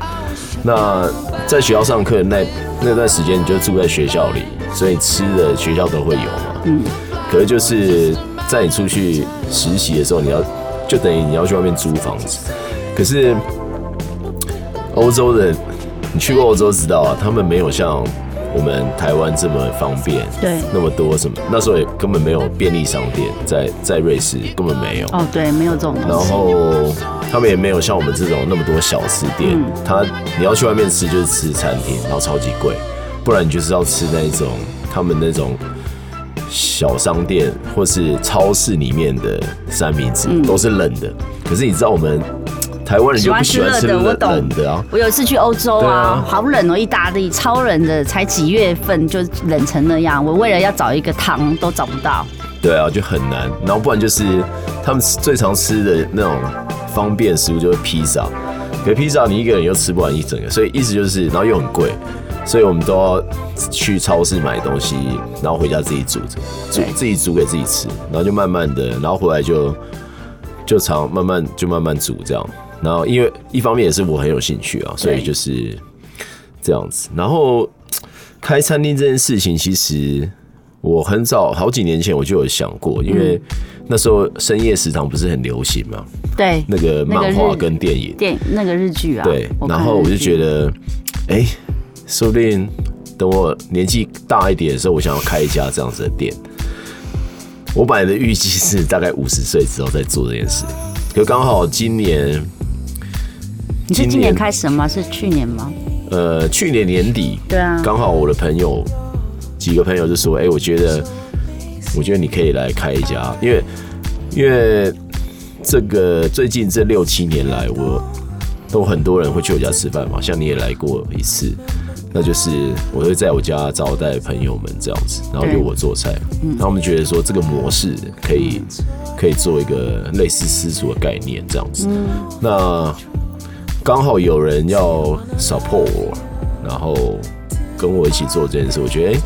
Speaker 3: 那在学校上课的那那段时间，你就住在学校里，所以吃的学校都会有嘛。嗯。可是就是在你出去实习的时候，你要就等于你要去外面租房子。可是欧洲的，你去过欧洲知道啊，他们没有像我们台湾这么方便，
Speaker 2: 对
Speaker 3: 那么多什么，那时候也根本没有便利商店，在在瑞士根本没有。
Speaker 2: 哦，对，没有这种
Speaker 3: 然
Speaker 2: 东西。
Speaker 3: 后他们也没有像我们这种那么多小吃店，
Speaker 2: 嗯
Speaker 3: 他你要去外面吃就是吃餐厅，然后超级贵，不然你就是要吃那种他们那种小商店或是超市里面的三明治、
Speaker 2: 嗯
Speaker 3: 都是冷的，可是你知道我们台湾人就不喜欢吃
Speaker 2: 喜欢吃热的
Speaker 3: 冷
Speaker 2: 我懂
Speaker 3: 冷的啊，
Speaker 2: 我有一次去欧洲
Speaker 3: 对
Speaker 2: 啊
Speaker 3: 啊，
Speaker 2: 好冷哦，意大利超冷的，才几月份就冷成那样。我为了要找一个汤都找不到，
Speaker 3: 对啊，就很难。然后不然就是他们最常吃的那种方便食物就是披萨，可披萨你一个人又吃不完一整个，所以意思就是，然后又很贵，所以我们都要去超市买东西，然后回家自己煮着，煮
Speaker 2: 对
Speaker 3: 自己煮给自己吃，然后就慢慢的，然后回来就就常慢慢就慢慢煮这样。然后因为一方面也是我很有兴趣啊，所以
Speaker 2: 对
Speaker 3: 就是这样子。然后开餐厅这件事情，其实我很早好几年前我就有想过，因
Speaker 2: 嗯
Speaker 3: 为那时候深夜食堂不是很流行嘛，
Speaker 2: 对，
Speaker 3: 那个漫
Speaker 2: 那个
Speaker 3: 画
Speaker 2: 日
Speaker 3: 跟电影，
Speaker 2: 电那个日剧啊，
Speaker 3: 对，
Speaker 2: 看嗯
Speaker 3: 然后我
Speaker 2: 日剧
Speaker 3: 就觉得，哎、说不定等我年纪大一点的时候，我想要开一家这样子的店。我本来的预计是大概五十岁之后再做这件事，可刚好今年，
Speaker 2: 你是今年开始吗？是去年吗？
Speaker 3: 呃，去年年底，
Speaker 2: 对啊
Speaker 3: 刚好我的朋友几个朋友就说，哎、我觉得，我觉得你可以来开一家，因为因为这个最近这六七年来，我都很多人会去我家吃饭嘛，像你也来过一次。那就是我会在我家招待朋友们这样子，然后
Speaker 2: 对嗯
Speaker 3: 由我做菜，然后我们觉得说这个模式可以可以做一个类似私厨的概念这样子。
Speaker 2: 嗯
Speaker 3: 那刚好有人要 support 我，然后跟我一起做这件事，我觉得、诶哎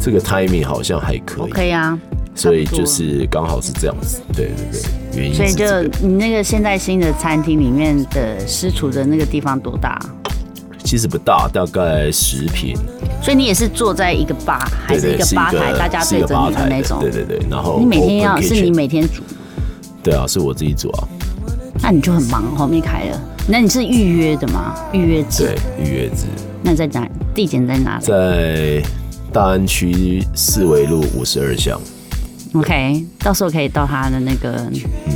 Speaker 3: 这个 timing 好像还可以，
Speaker 2: 可以啊，
Speaker 3: 所以
Speaker 2: 差不多
Speaker 3: 就是刚好是这样子，对对对，原因
Speaker 2: 所以
Speaker 3: 是、
Speaker 2: 就
Speaker 3: 这个、
Speaker 2: 你那个现在新的餐厅里面的私厨的那个地方多大？啊
Speaker 3: 其实不大，大概十平，
Speaker 2: 所以你也是坐在一个吧，还
Speaker 3: 对
Speaker 2: 是
Speaker 3: 对，
Speaker 2: 一个
Speaker 3: 是
Speaker 2: 吧
Speaker 3: 一
Speaker 2: 台，
Speaker 3: 个
Speaker 2: 大家
Speaker 3: 是
Speaker 2: 对
Speaker 3: 一个
Speaker 2: 着
Speaker 3: 吧
Speaker 2: 你
Speaker 3: 台
Speaker 2: 的那
Speaker 3: 的
Speaker 2: 种？
Speaker 3: 对对对，然后
Speaker 2: 你每天要
Speaker 3: open
Speaker 2: 是
Speaker 3: kitchen
Speaker 2: 你每天煮，
Speaker 3: 对啊，是我自己煮啊，
Speaker 2: 那你就很忙，哦后面开了。那你是预约的吗？预约制？
Speaker 3: 对，预约制
Speaker 2: 那你在哪？地点在哪里
Speaker 3: 在大安区四维路五十二巷，
Speaker 2: ？OK，到时候可以到他的那个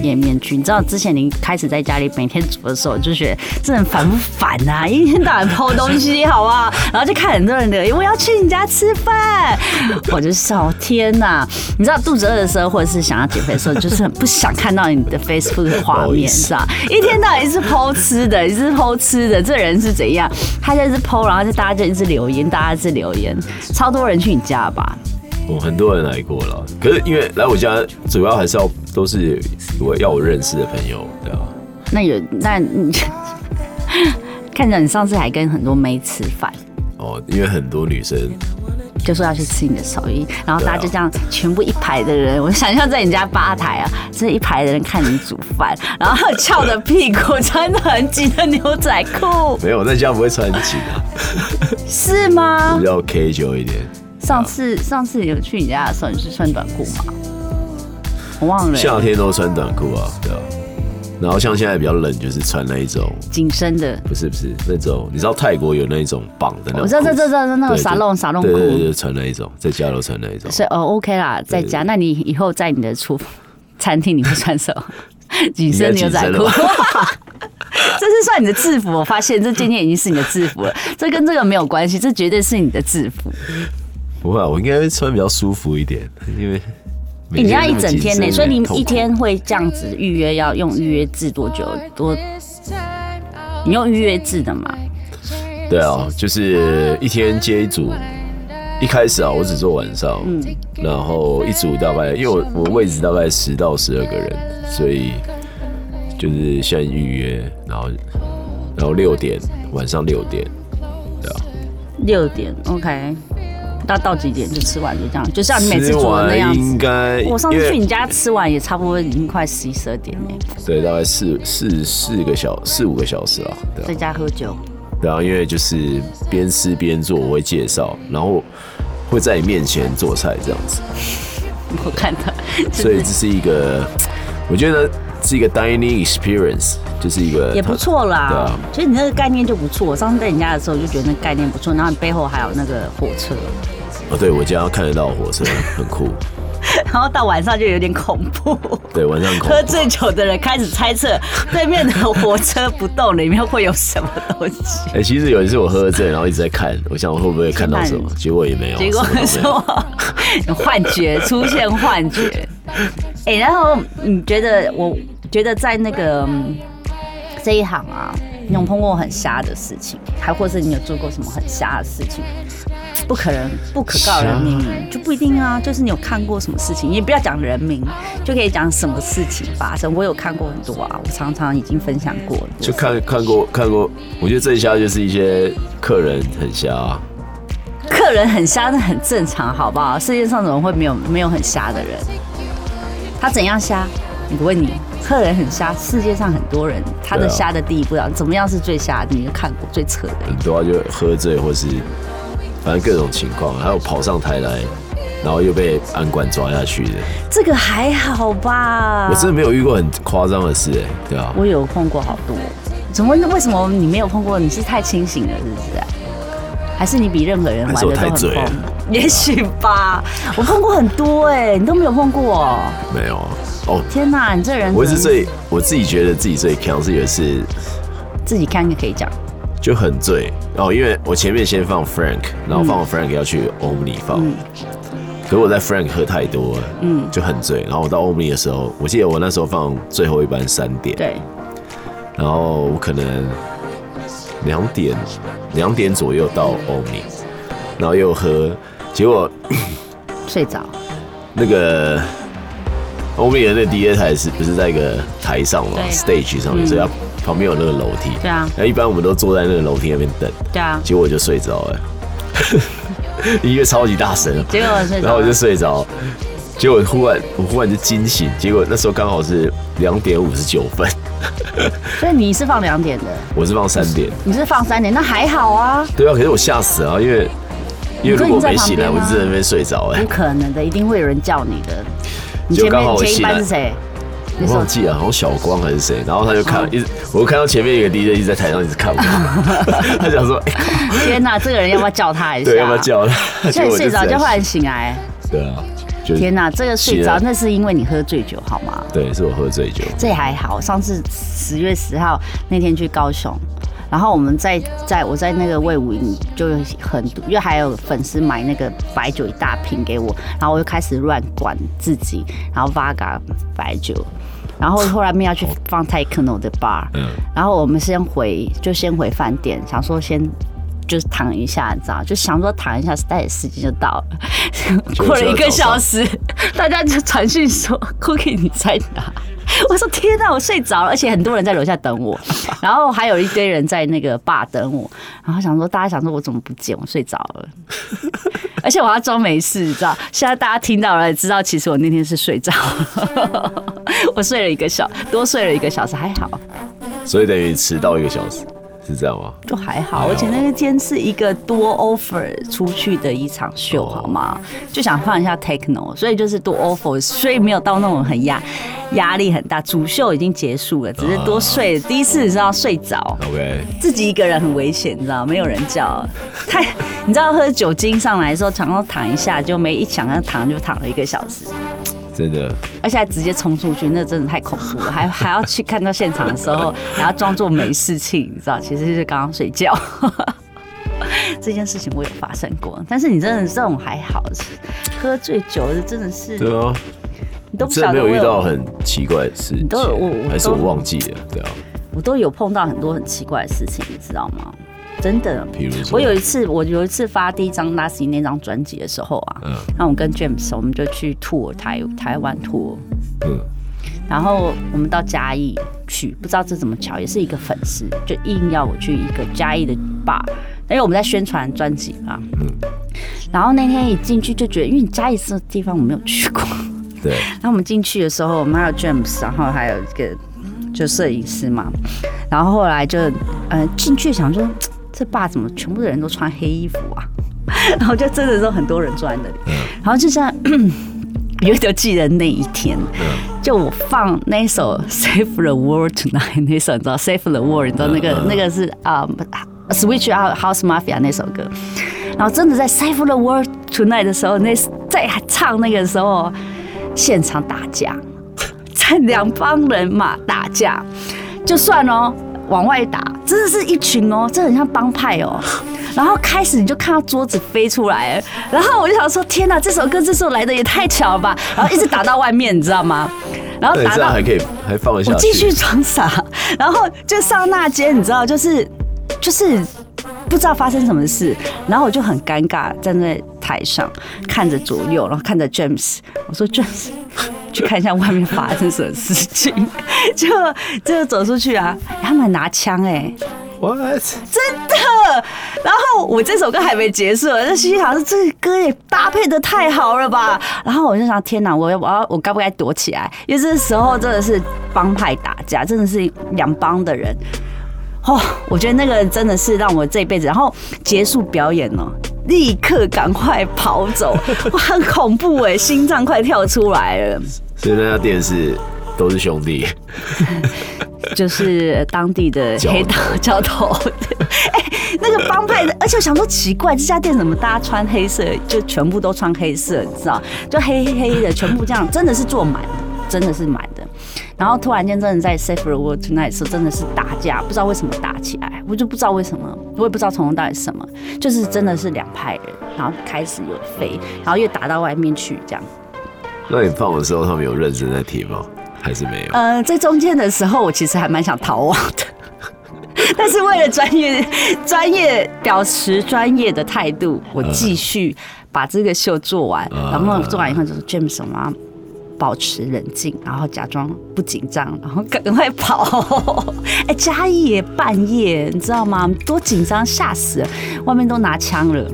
Speaker 2: 页面去。你知道之前你开始在家里每天煮的时候，我就觉得这人烦不烦啊？ [laughs] 一天到晚抛东西，好不好？然后就看很多人的，我要去你家吃饭，我就笑天哪！你知道肚子饿的时候，或者是想要减肥的时候，就是 [laughs] 很不想看到你的 Facebook 的画
Speaker 3: 不好意
Speaker 2: 面，
Speaker 3: 思
Speaker 2: 是吧？一天到晚一直剖吃的， [laughs] 一直剖吃的，这人是怎样？他在一直剖，然后就大家就一直留言，大家一直留言，超多人去你家吧？
Speaker 3: 我、哦很多人来过了，可是因为来我家主要还是要都是我要我认识的朋友，对啊，
Speaker 2: 那有那你 [laughs] 看着你上次还跟很多妹吃饭，
Speaker 3: 哦，因为很多女生
Speaker 2: 就说要去吃你的手艺，然后
Speaker 3: 对啊
Speaker 2: 大家就这样全部一排的人，我想象在你家吧台啊，这一排的人看你煮饭，然后翘着屁股，穿着很紧的牛仔裤，
Speaker 3: 没有我在家不会穿紧
Speaker 2: [laughs]
Speaker 3: 啊，
Speaker 2: 是吗
Speaker 3: 比？较 K 九一点。
Speaker 2: 上次上次有去你家的时候，你是穿短裤吗？我忘了、欸，
Speaker 3: 夏天都穿短裤啊，对啊。然后像现在比较冷，就是穿那一种，
Speaker 2: 紧身的。
Speaker 3: 不是不是那种，你知道泰国有那一种绑的那种
Speaker 2: 哦
Speaker 3: 裤
Speaker 2: 我知
Speaker 3: 子，
Speaker 2: 道，知道，知道，知道那种
Speaker 3: 对
Speaker 2: 沙龙沙龙
Speaker 3: 对对对
Speaker 2: 裤，
Speaker 3: 对，穿那一种，在家都穿那一种，
Speaker 2: 所以哦，OK 啦，在家。那你以后在你的厨 [laughs] 餐厅，你会穿什么？ [laughs] 紧身牛仔裤
Speaker 3: 应该紧。
Speaker 2: [laughs] 这是算你的制服，我发现这渐渐已经是你的制服了，这跟这个没有关系，这绝对是你的制服。
Speaker 3: 不会、啊，我应该会穿比较舒服一点，因为每
Speaker 2: 欸你要一
Speaker 3: 那么
Speaker 2: 整
Speaker 3: 紧
Speaker 2: 天
Speaker 3: 身
Speaker 2: 呢，
Speaker 3: 有
Speaker 2: 所以
Speaker 3: 点
Speaker 2: 你
Speaker 3: 痛苦
Speaker 2: 一天会这样子预约，要用预约制多久？多你用预约制的嘛？
Speaker 3: 对啊，就是一天接一组。一开始啊，我只做晚上，
Speaker 2: 嗯
Speaker 3: 然后一组大概，因为我我位置大概十到十二个人，所以就是先预约，然后然后六点晚上六点，对啊，
Speaker 2: 六点，OK。那到几点就吃完就这样，就像你啊每次
Speaker 3: 吃
Speaker 2: 煮的那
Speaker 3: 完
Speaker 2: 样
Speaker 3: 应
Speaker 2: 子。
Speaker 3: 该
Speaker 2: 我上次去
Speaker 3: 因
Speaker 2: 你
Speaker 3: 为
Speaker 2: 家吃完也差不多已经快十一十二点嘞，
Speaker 3: 对，大概四四四个小四五个小时啊，对啊
Speaker 2: 在家喝酒。
Speaker 3: 然后因为就是边吃边做，我会介绍，然后会在你面前做菜这样子，
Speaker 2: 我看到， [laughs]
Speaker 3: 所以这是一个，我觉得是一个 dining experience，就是一个
Speaker 2: 也不错
Speaker 3: 对
Speaker 2: 啦
Speaker 3: 啊。
Speaker 2: 所以你那个概念就不错。我上次在你家的时候就觉得那个概念不错，然后你背后还有那个火车， [laughs]
Speaker 3: 哦，对我家看得到火车，很酷，
Speaker 2: 然后到晚上就有点恐
Speaker 3: [laughs]
Speaker 2: 怖。
Speaker 3: 对，晚上恐
Speaker 2: 喝醉酒的人开始猜测对面的火车不动里面会有什么东西，
Speaker 3: 哎、其实有一次我喝醉，然后一直在看，我想我会不会看到什么
Speaker 2: 是，
Speaker 3: 结果也没有，
Speaker 2: 结果
Speaker 3: 什么都没
Speaker 2: 说
Speaker 3: 有
Speaker 2: [laughs] 幻觉出现幻觉。哎、然后你觉得，我觉得在那个、嗯这一行啊，你有碰过很瞎的事情，还或是你有做过什么很瞎的事情？不可能，不可告人命名就不一定啊。就是你有看过什么事情，你也不要讲人名，就可以讲什么事情发生。我有看过很多啊，我常常已经分享过了。
Speaker 3: 就看看过看过，我觉得这一下就是一些客人很瞎、
Speaker 2: 客人很瞎，那很正常，好不好？世界上怎么会没有没有很瞎的人？他怎样瞎？我问你，客人很瞎，世界上很多人，他的
Speaker 3: 对啊
Speaker 2: 瞎的定义不一样，怎么样是最瞎？你就看过最扯的。
Speaker 3: 很多啊就喝醉或是反正各种情况，还有跑上台来，然后又被安管抓下去的，
Speaker 2: 这个还好吧？
Speaker 3: 我真的没有遇过很夸张的事哎、对啊，
Speaker 2: 我有碰过好多。怎么为什么你没有碰过？你是太清醒了，是不是啊、还是你比任何人玩
Speaker 3: 还
Speaker 2: 的
Speaker 3: 是
Speaker 2: 都
Speaker 3: 我太
Speaker 2: 很
Speaker 3: 醉
Speaker 2: 疯
Speaker 3: 了？
Speaker 2: 也许吧，我碰过很多哎、你都没有碰过哦。
Speaker 3: 没有哦。
Speaker 2: 天哪，你这人
Speaker 3: 我一
Speaker 2: 真
Speaker 3: 直
Speaker 2: 的
Speaker 3: 最我自己觉得自己最强是有一次
Speaker 2: 自己看就可以讲。
Speaker 3: 就很醉哦，因为我前面先放 Frank，然后放完 Frank 要去欧姆尼放，可是我在 Frank 喝太多了，嗯，就很醉。然后我到欧姆尼的时候，我记得我那时候放最后一班三点，
Speaker 2: 对，
Speaker 3: 然后我可能两点两点左右到欧姆尼，然后又喝，结果
Speaker 2: 睡着。
Speaker 3: 那个欧米的那第一台是不是在一个台上嘛
Speaker 2: 对嗯
Speaker 3: ，stage 上面，所以它旁边有那个楼梯。
Speaker 2: 对啊
Speaker 3: 那一般我们都坐在那个楼梯那边等，
Speaker 2: 对啊，
Speaker 3: 结果我就睡着
Speaker 2: [laughs]
Speaker 3: 了，音乐超级大声了，
Speaker 2: 结果我睡着了
Speaker 3: 然后我就睡着，结果忽然我忽然就惊醒，结果那时候刚好是两点五十九分，
Speaker 2: 所以你是放两点的，
Speaker 3: 我是放三点，
Speaker 2: 你是放三点，那还好啊，
Speaker 3: 对啊，可是我吓死了，因为因为如果我没
Speaker 2: 你说你在旁
Speaker 3: 醒来，
Speaker 2: 边啊
Speaker 3: 我
Speaker 2: 吗
Speaker 3: 就在那边睡着哎、
Speaker 2: 不可能的，一定会有人叫你的。你
Speaker 3: 就
Speaker 2: 前
Speaker 3: 刚
Speaker 2: 面
Speaker 3: 好我
Speaker 2: 前一
Speaker 3: 醒来
Speaker 2: 班是谁？那
Speaker 3: 我
Speaker 2: 时候
Speaker 3: 忘记了，好像小光还是谁，然后他就看，一直我看到前面有个 DJ 一直在台上一
Speaker 2: [laughs]
Speaker 3: 直看我，他想说，哎靠
Speaker 2: 天
Speaker 3: [laughs]
Speaker 2: 哪，这个人要不要叫他一下？
Speaker 3: 对，要不要？叫他？
Speaker 2: 所以睡着就忽
Speaker 3: 换，
Speaker 2: 然醒来。
Speaker 3: 对啊，就
Speaker 2: 天哪，这个睡
Speaker 3: 醒
Speaker 2: 着
Speaker 3: 了
Speaker 2: 那是因为你喝醉酒好吗？
Speaker 3: 对，是我喝醉酒，
Speaker 2: 这也还好。上次十月十号那天去高雄，然后我们在在我在那个魏武营就很多，因为还有粉丝买那个白酒一大瓶给我，然后我就开始乱灌自己，然后 Vaga 白酒。然后后来面要去放泰克诺的 bar，
Speaker 3: 嗯
Speaker 2: 然后我们先回就先回饭店，想说先就是躺一下，你知道，就想说躺一下，大概时间就到了。
Speaker 3: 就
Speaker 2: 过了一个
Speaker 3: 睡到早上
Speaker 2: 小时，大家就传讯说 [laughs] Cookie 你在哪？我说天哪，我睡着了，而且很多人在楼下等
Speaker 3: [laughs]
Speaker 2: 我，然后还有一堆人在那个坝等我，然后想说大家想说我怎么不见，我睡着
Speaker 3: [laughs]
Speaker 2: 了，而且我要装没事，你知道？现在大家听到了也知道，其实我那天是睡着
Speaker 3: 啊
Speaker 2: 了， [laughs] 我睡了一个小多睡了一个小时，还好，
Speaker 3: 所以等于迟到一个小时，是这样吗？
Speaker 2: 就还好，而且那个天是一个多 offer 出去的一场秀，好吗？就想放一下 techno，所以就是多 offer，所以没有到那种很压压力很大。主秀已经结束了，只是多睡，第一次你知道睡着。
Speaker 3: OK，
Speaker 2: 自己一个人很危险，你知道，没有人叫，太，你知道喝酒精上来的时候，想要躺一下，就没一想要躺就躺了一个小时，
Speaker 3: 真的，
Speaker 2: 而且还直接冲出去，那真的太恐怖了，还还要去看到现场的时
Speaker 3: [laughs]
Speaker 2: 候，还要装作没事情，你知道，其实就是刚刚睡觉。 [laughs] 这件事情我有发生过，但是你真的这种还好，喝醉酒的真的是
Speaker 3: 对啊，
Speaker 2: 你都不
Speaker 3: 真的
Speaker 2: 晓
Speaker 3: 没
Speaker 2: 得
Speaker 3: 有
Speaker 2: 我
Speaker 3: 遇到
Speaker 2: 有，
Speaker 3: 很奇怪的事情
Speaker 2: 都有我我，
Speaker 3: 还是
Speaker 2: 都
Speaker 3: 我忘记了，对啊，
Speaker 2: 我都有碰到很多很奇怪的事情，你知道吗？真的，
Speaker 3: 比如说
Speaker 2: 我有一次，我有一次发第一张 Nasty 那张专辑的时候啊，
Speaker 3: 嗯
Speaker 2: 那我跟 James 我们就去 tour 台台湾 tour，
Speaker 3: 嗯，
Speaker 2: 然后我们到嘉义去，不知道这怎么巧，也是一个粉丝就硬要我去一个嘉义的 bar，因为我们在宣传专辑嘛。然后那天一进去就觉得，因为嘉义这个地方我没有去过，
Speaker 3: 对，
Speaker 2: 然后我们进去的时候，我们还有 James，然后还有一个就摄影师嘛。然后后来就呃进去想说，嘖这爸怎么全部的人都穿黑衣服啊？ [laughs] 然后就真的都很多人坐在那里，然后就这样。 [coughs] 永远都记得那一天，就我放那首《Save the World Tonight》那首，你知道《Save the World》，你知道那个、那个是啊、Switch Out House Mafia》那首歌，然后真的在《Save the World Tonight》的时候，那在唱那个时候，现场打架， [laughs] 在两帮人马打架，就算哦，往外打，真的是一群哦，这很像帮派哦。然后开始你就看到桌子飞出来，然后我就想说，天哪，这首歌这时候来的也太巧了吧！然后一直打到外面，你知道吗？然后
Speaker 3: 那你
Speaker 2: 打
Speaker 3: 这样
Speaker 2: 到
Speaker 3: 还可以还放得下
Speaker 2: 啊我
Speaker 3: 去
Speaker 2: 继续装傻，然后就上那街，你知道，就是就是不知道发生什么事，然后我就很尴尬站在台上看着左右，然后看着 James，我说 James。去看一下外面发生什么事情，就就走出去啊，他们还拿枪哎、
Speaker 3: ，What？
Speaker 2: 真的。然后我这首歌还没结束，我就心想说这个歌也搭配的太好了吧。然后我就想，天哪，我要我要我该不该躲起来？因为这时候真的是帮派打架，真的是两帮的人。哦，我觉得那个真的是让我这一辈子，然后结束表演哦，立刻赶快跑走，哇，很恐怖哎，心脏快跳出来了。
Speaker 3: 所以那家店是都是兄弟，
Speaker 2: 就是当地的黑道 [laughs] 教头。哎欸，那个帮派的，而且我想说奇怪，这家店怎么大家穿黑色，就全部都穿黑色，你知道？就黑黑的，全部这样，真的是坐满，真的是满的。然后突然间，真的在《Safe r World Tonight》的时候，真的是打架，不知道为什么打起来，我就不知道为什么，我也不知道从头到底是什么，就是真的是两派人，然后开始有飞，然后又打到外面去这样。
Speaker 3: 那你放的时候，他们有认真在听吗？还是没有？
Speaker 2: 呃，在中间的时候，我其实还蛮想逃亡的。 [laughs] 但是为了专业、专业表示专业的态度，我继续把这个秀做完。嗯、然后做完以后，就是 James 妈保持冷静，然后假装不紧张，然后赶快跑。 [laughs] 哎欸，嘉义也半夜，你知道吗？多紧张，吓死了！外面都拿枪了，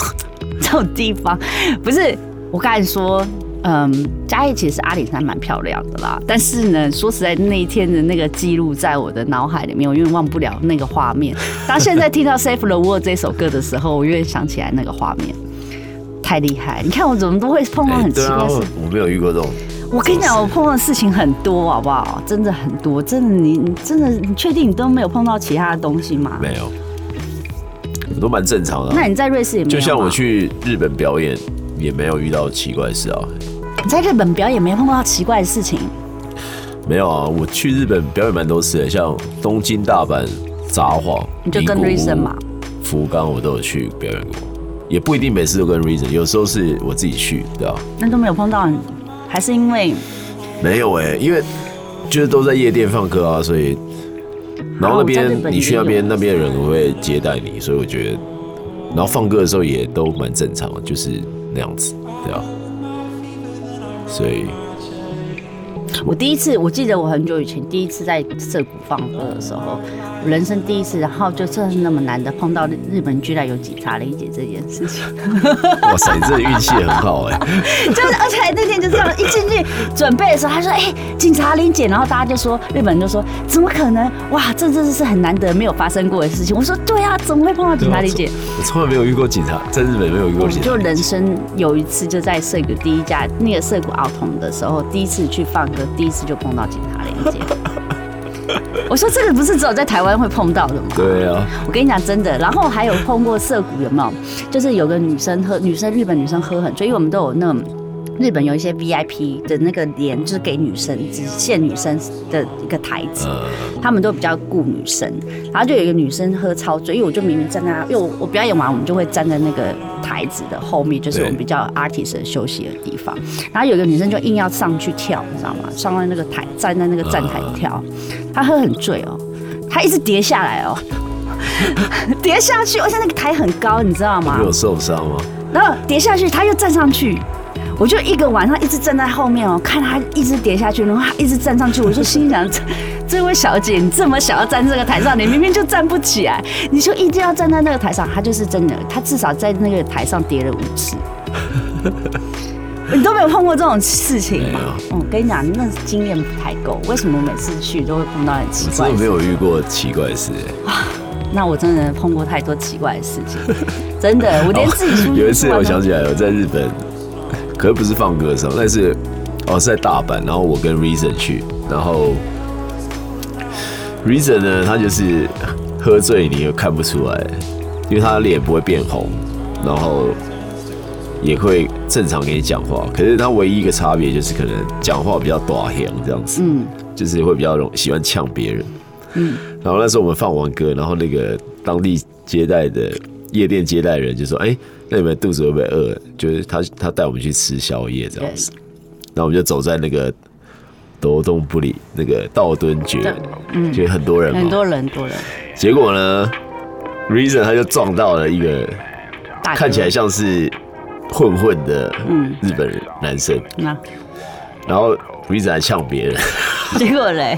Speaker 2: [laughs] 这种地方不是我刚才说。嗯，嘉义其实阿里山蛮漂亮的啦，但是呢，说实在那一天的那个记录在我的脑海里面，我永远忘不了那个画面。当现在听到《Save the World》这首歌的时候，我永远想起来那个画面，太厉害！你看我怎么都会碰到很奇怪的事、欸啊，
Speaker 3: 哎我没有遇过这种。
Speaker 2: 我跟你讲，我碰到的事情很多，好不好？真的很多，真的你你真的你确定你都没有碰到其他的东西吗？
Speaker 3: 没有，我都蛮正常的、啊。
Speaker 2: 那你在瑞士也没有？
Speaker 3: 就像我去日本表演。也没有遇到奇怪的事啊！
Speaker 2: 你在日本表演没碰到奇怪的事情？
Speaker 3: 没有啊，我去日本表演蛮多次的，像东京、大阪、札幌，
Speaker 2: 你就跟 Reason 嘛，
Speaker 3: 福冈我都有去表演过，也不一定每次都跟 Reason，有时候是我自己去，对吧、啊？
Speaker 2: 那都没有碰到你，还是因为
Speaker 3: 没有哎、欸，因为就是都在夜店放歌啊，所以然后
Speaker 2: 哦
Speaker 3: 那
Speaker 2: 啊
Speaker 3: 边你去那边那边人会接待你，所以我觉得，然后放歌的时候也都蛮正常的，就是。那样子，对吧？所以，
Speaker 2: 我第一次，我记得我很久以前第一次在涩谷放歌的时候，人生第一次，然后就真的那么难得碰到日本居然有警察理解这件事情。
Speaker 3: 哇塞，你这运气很好
Speaker 2: [laughs]
Speaker 3: 哎、
Speaker 2: 欸！就是，而且那天就这样，一进去准备的时候，他说：“哎、欸，警察理解。”然后大家就说，日本人就说：“怎么可能？哇，这真的是很难得没有发生过的事情。”我说：“对啊，怎么会碰到警察理解？”
Speaker 3: 我从来没有遇过警察，在日本没有遇过警
Speaker 2: 哦
Speaker 3: 察。
Speaker 2: 就人生有一次，就在涩谷第一家那个涩谷奥童的时候，第一次去放歌，第一次就碰到警察连
Speaker 3: [laughs]
Speaker 2: 接。我说这个不是只有在台湾会碰到的吗？
Speaker 3: 对啊，
Speaker 2: 我跟你讲真的。然后还有碰过涩谷有没有？就是有个女生喝，女生日本女生喝很醉，因为我们都有那种日本有一些 VIP 的那个帘，就是给女生只限女生的一个台子，
Speaker 3: 呃
Speaker 2: 他们都比较顾女生。然后就有一个女生喝超醉，因为我就明明站在，因为我我表演完我们就会站在那个台子的后面，就是我们比较 artist 的休息的地方。然后有一个女生就硬要上去跳，你知道吗？上到那个台，站在那个站台跳。他喝很醉哦，他一直跌下来哦， [laughs] 跌下去，而且那个台很高，你知道吗？
Speaker 3: 有受伤吗？
Speaker 2: 然后跌下去，他又站上去，我就一个晚上一直站在后面哦，看他一直跌下去，然后他一直站上去，我就心想： [laughs] 这这位小姐，你这么想要站这个台上，你明明就站不起来，你就一定要站在那个台上。他就是真的，他至少在那个台上跌了五次。你都没有碰过这种事情吗？我、嗯、跟你讲，那经验不太够。为什么每次去都会碰到很奇怪？
Speaker 3: 真的没有遇过奇怪的事、欸。
Speaker 2: 那我真的碰过太多奇怪的事情，真的，我连自己出去、
Speaker 3: [laughs] 哦。有
Speaker 2: [laughs]
Speaker 3: 一次我想起来，我在日本，可是不是放歌的时候，但是哦是在大阪，然后我跟 Reason 去，然后 Reason 呢，他就是喝醉你又看不出来，因为他脸不会变红，然后。也会正常跟你讲话，可是他唯一一个差别就是可能讲话比较短行这样子，嗯，就是会比较容喜欢呛别人，嗯。然后那时候我们放完歌，然后那个当地接待的夜店接待人就说：“哎、欸，那你们肚子会不会饿？”就是他他带我们去吃宵夜这样子，然后我们就走在那个斗东不里那个道敦觉，嗯，就很多人
Speaker 2: 很多人多人。
Speaker 3: 结果呢，Reason 他就撞到了一个看起来像是。混混的
Speaker 2: 嗯
Speaker 3: 日本人男生，嗯啊、然后一直还呛别人，
Speaker 2: 结果
Speaker 3: [laughs]
Speaker 2: 嘞，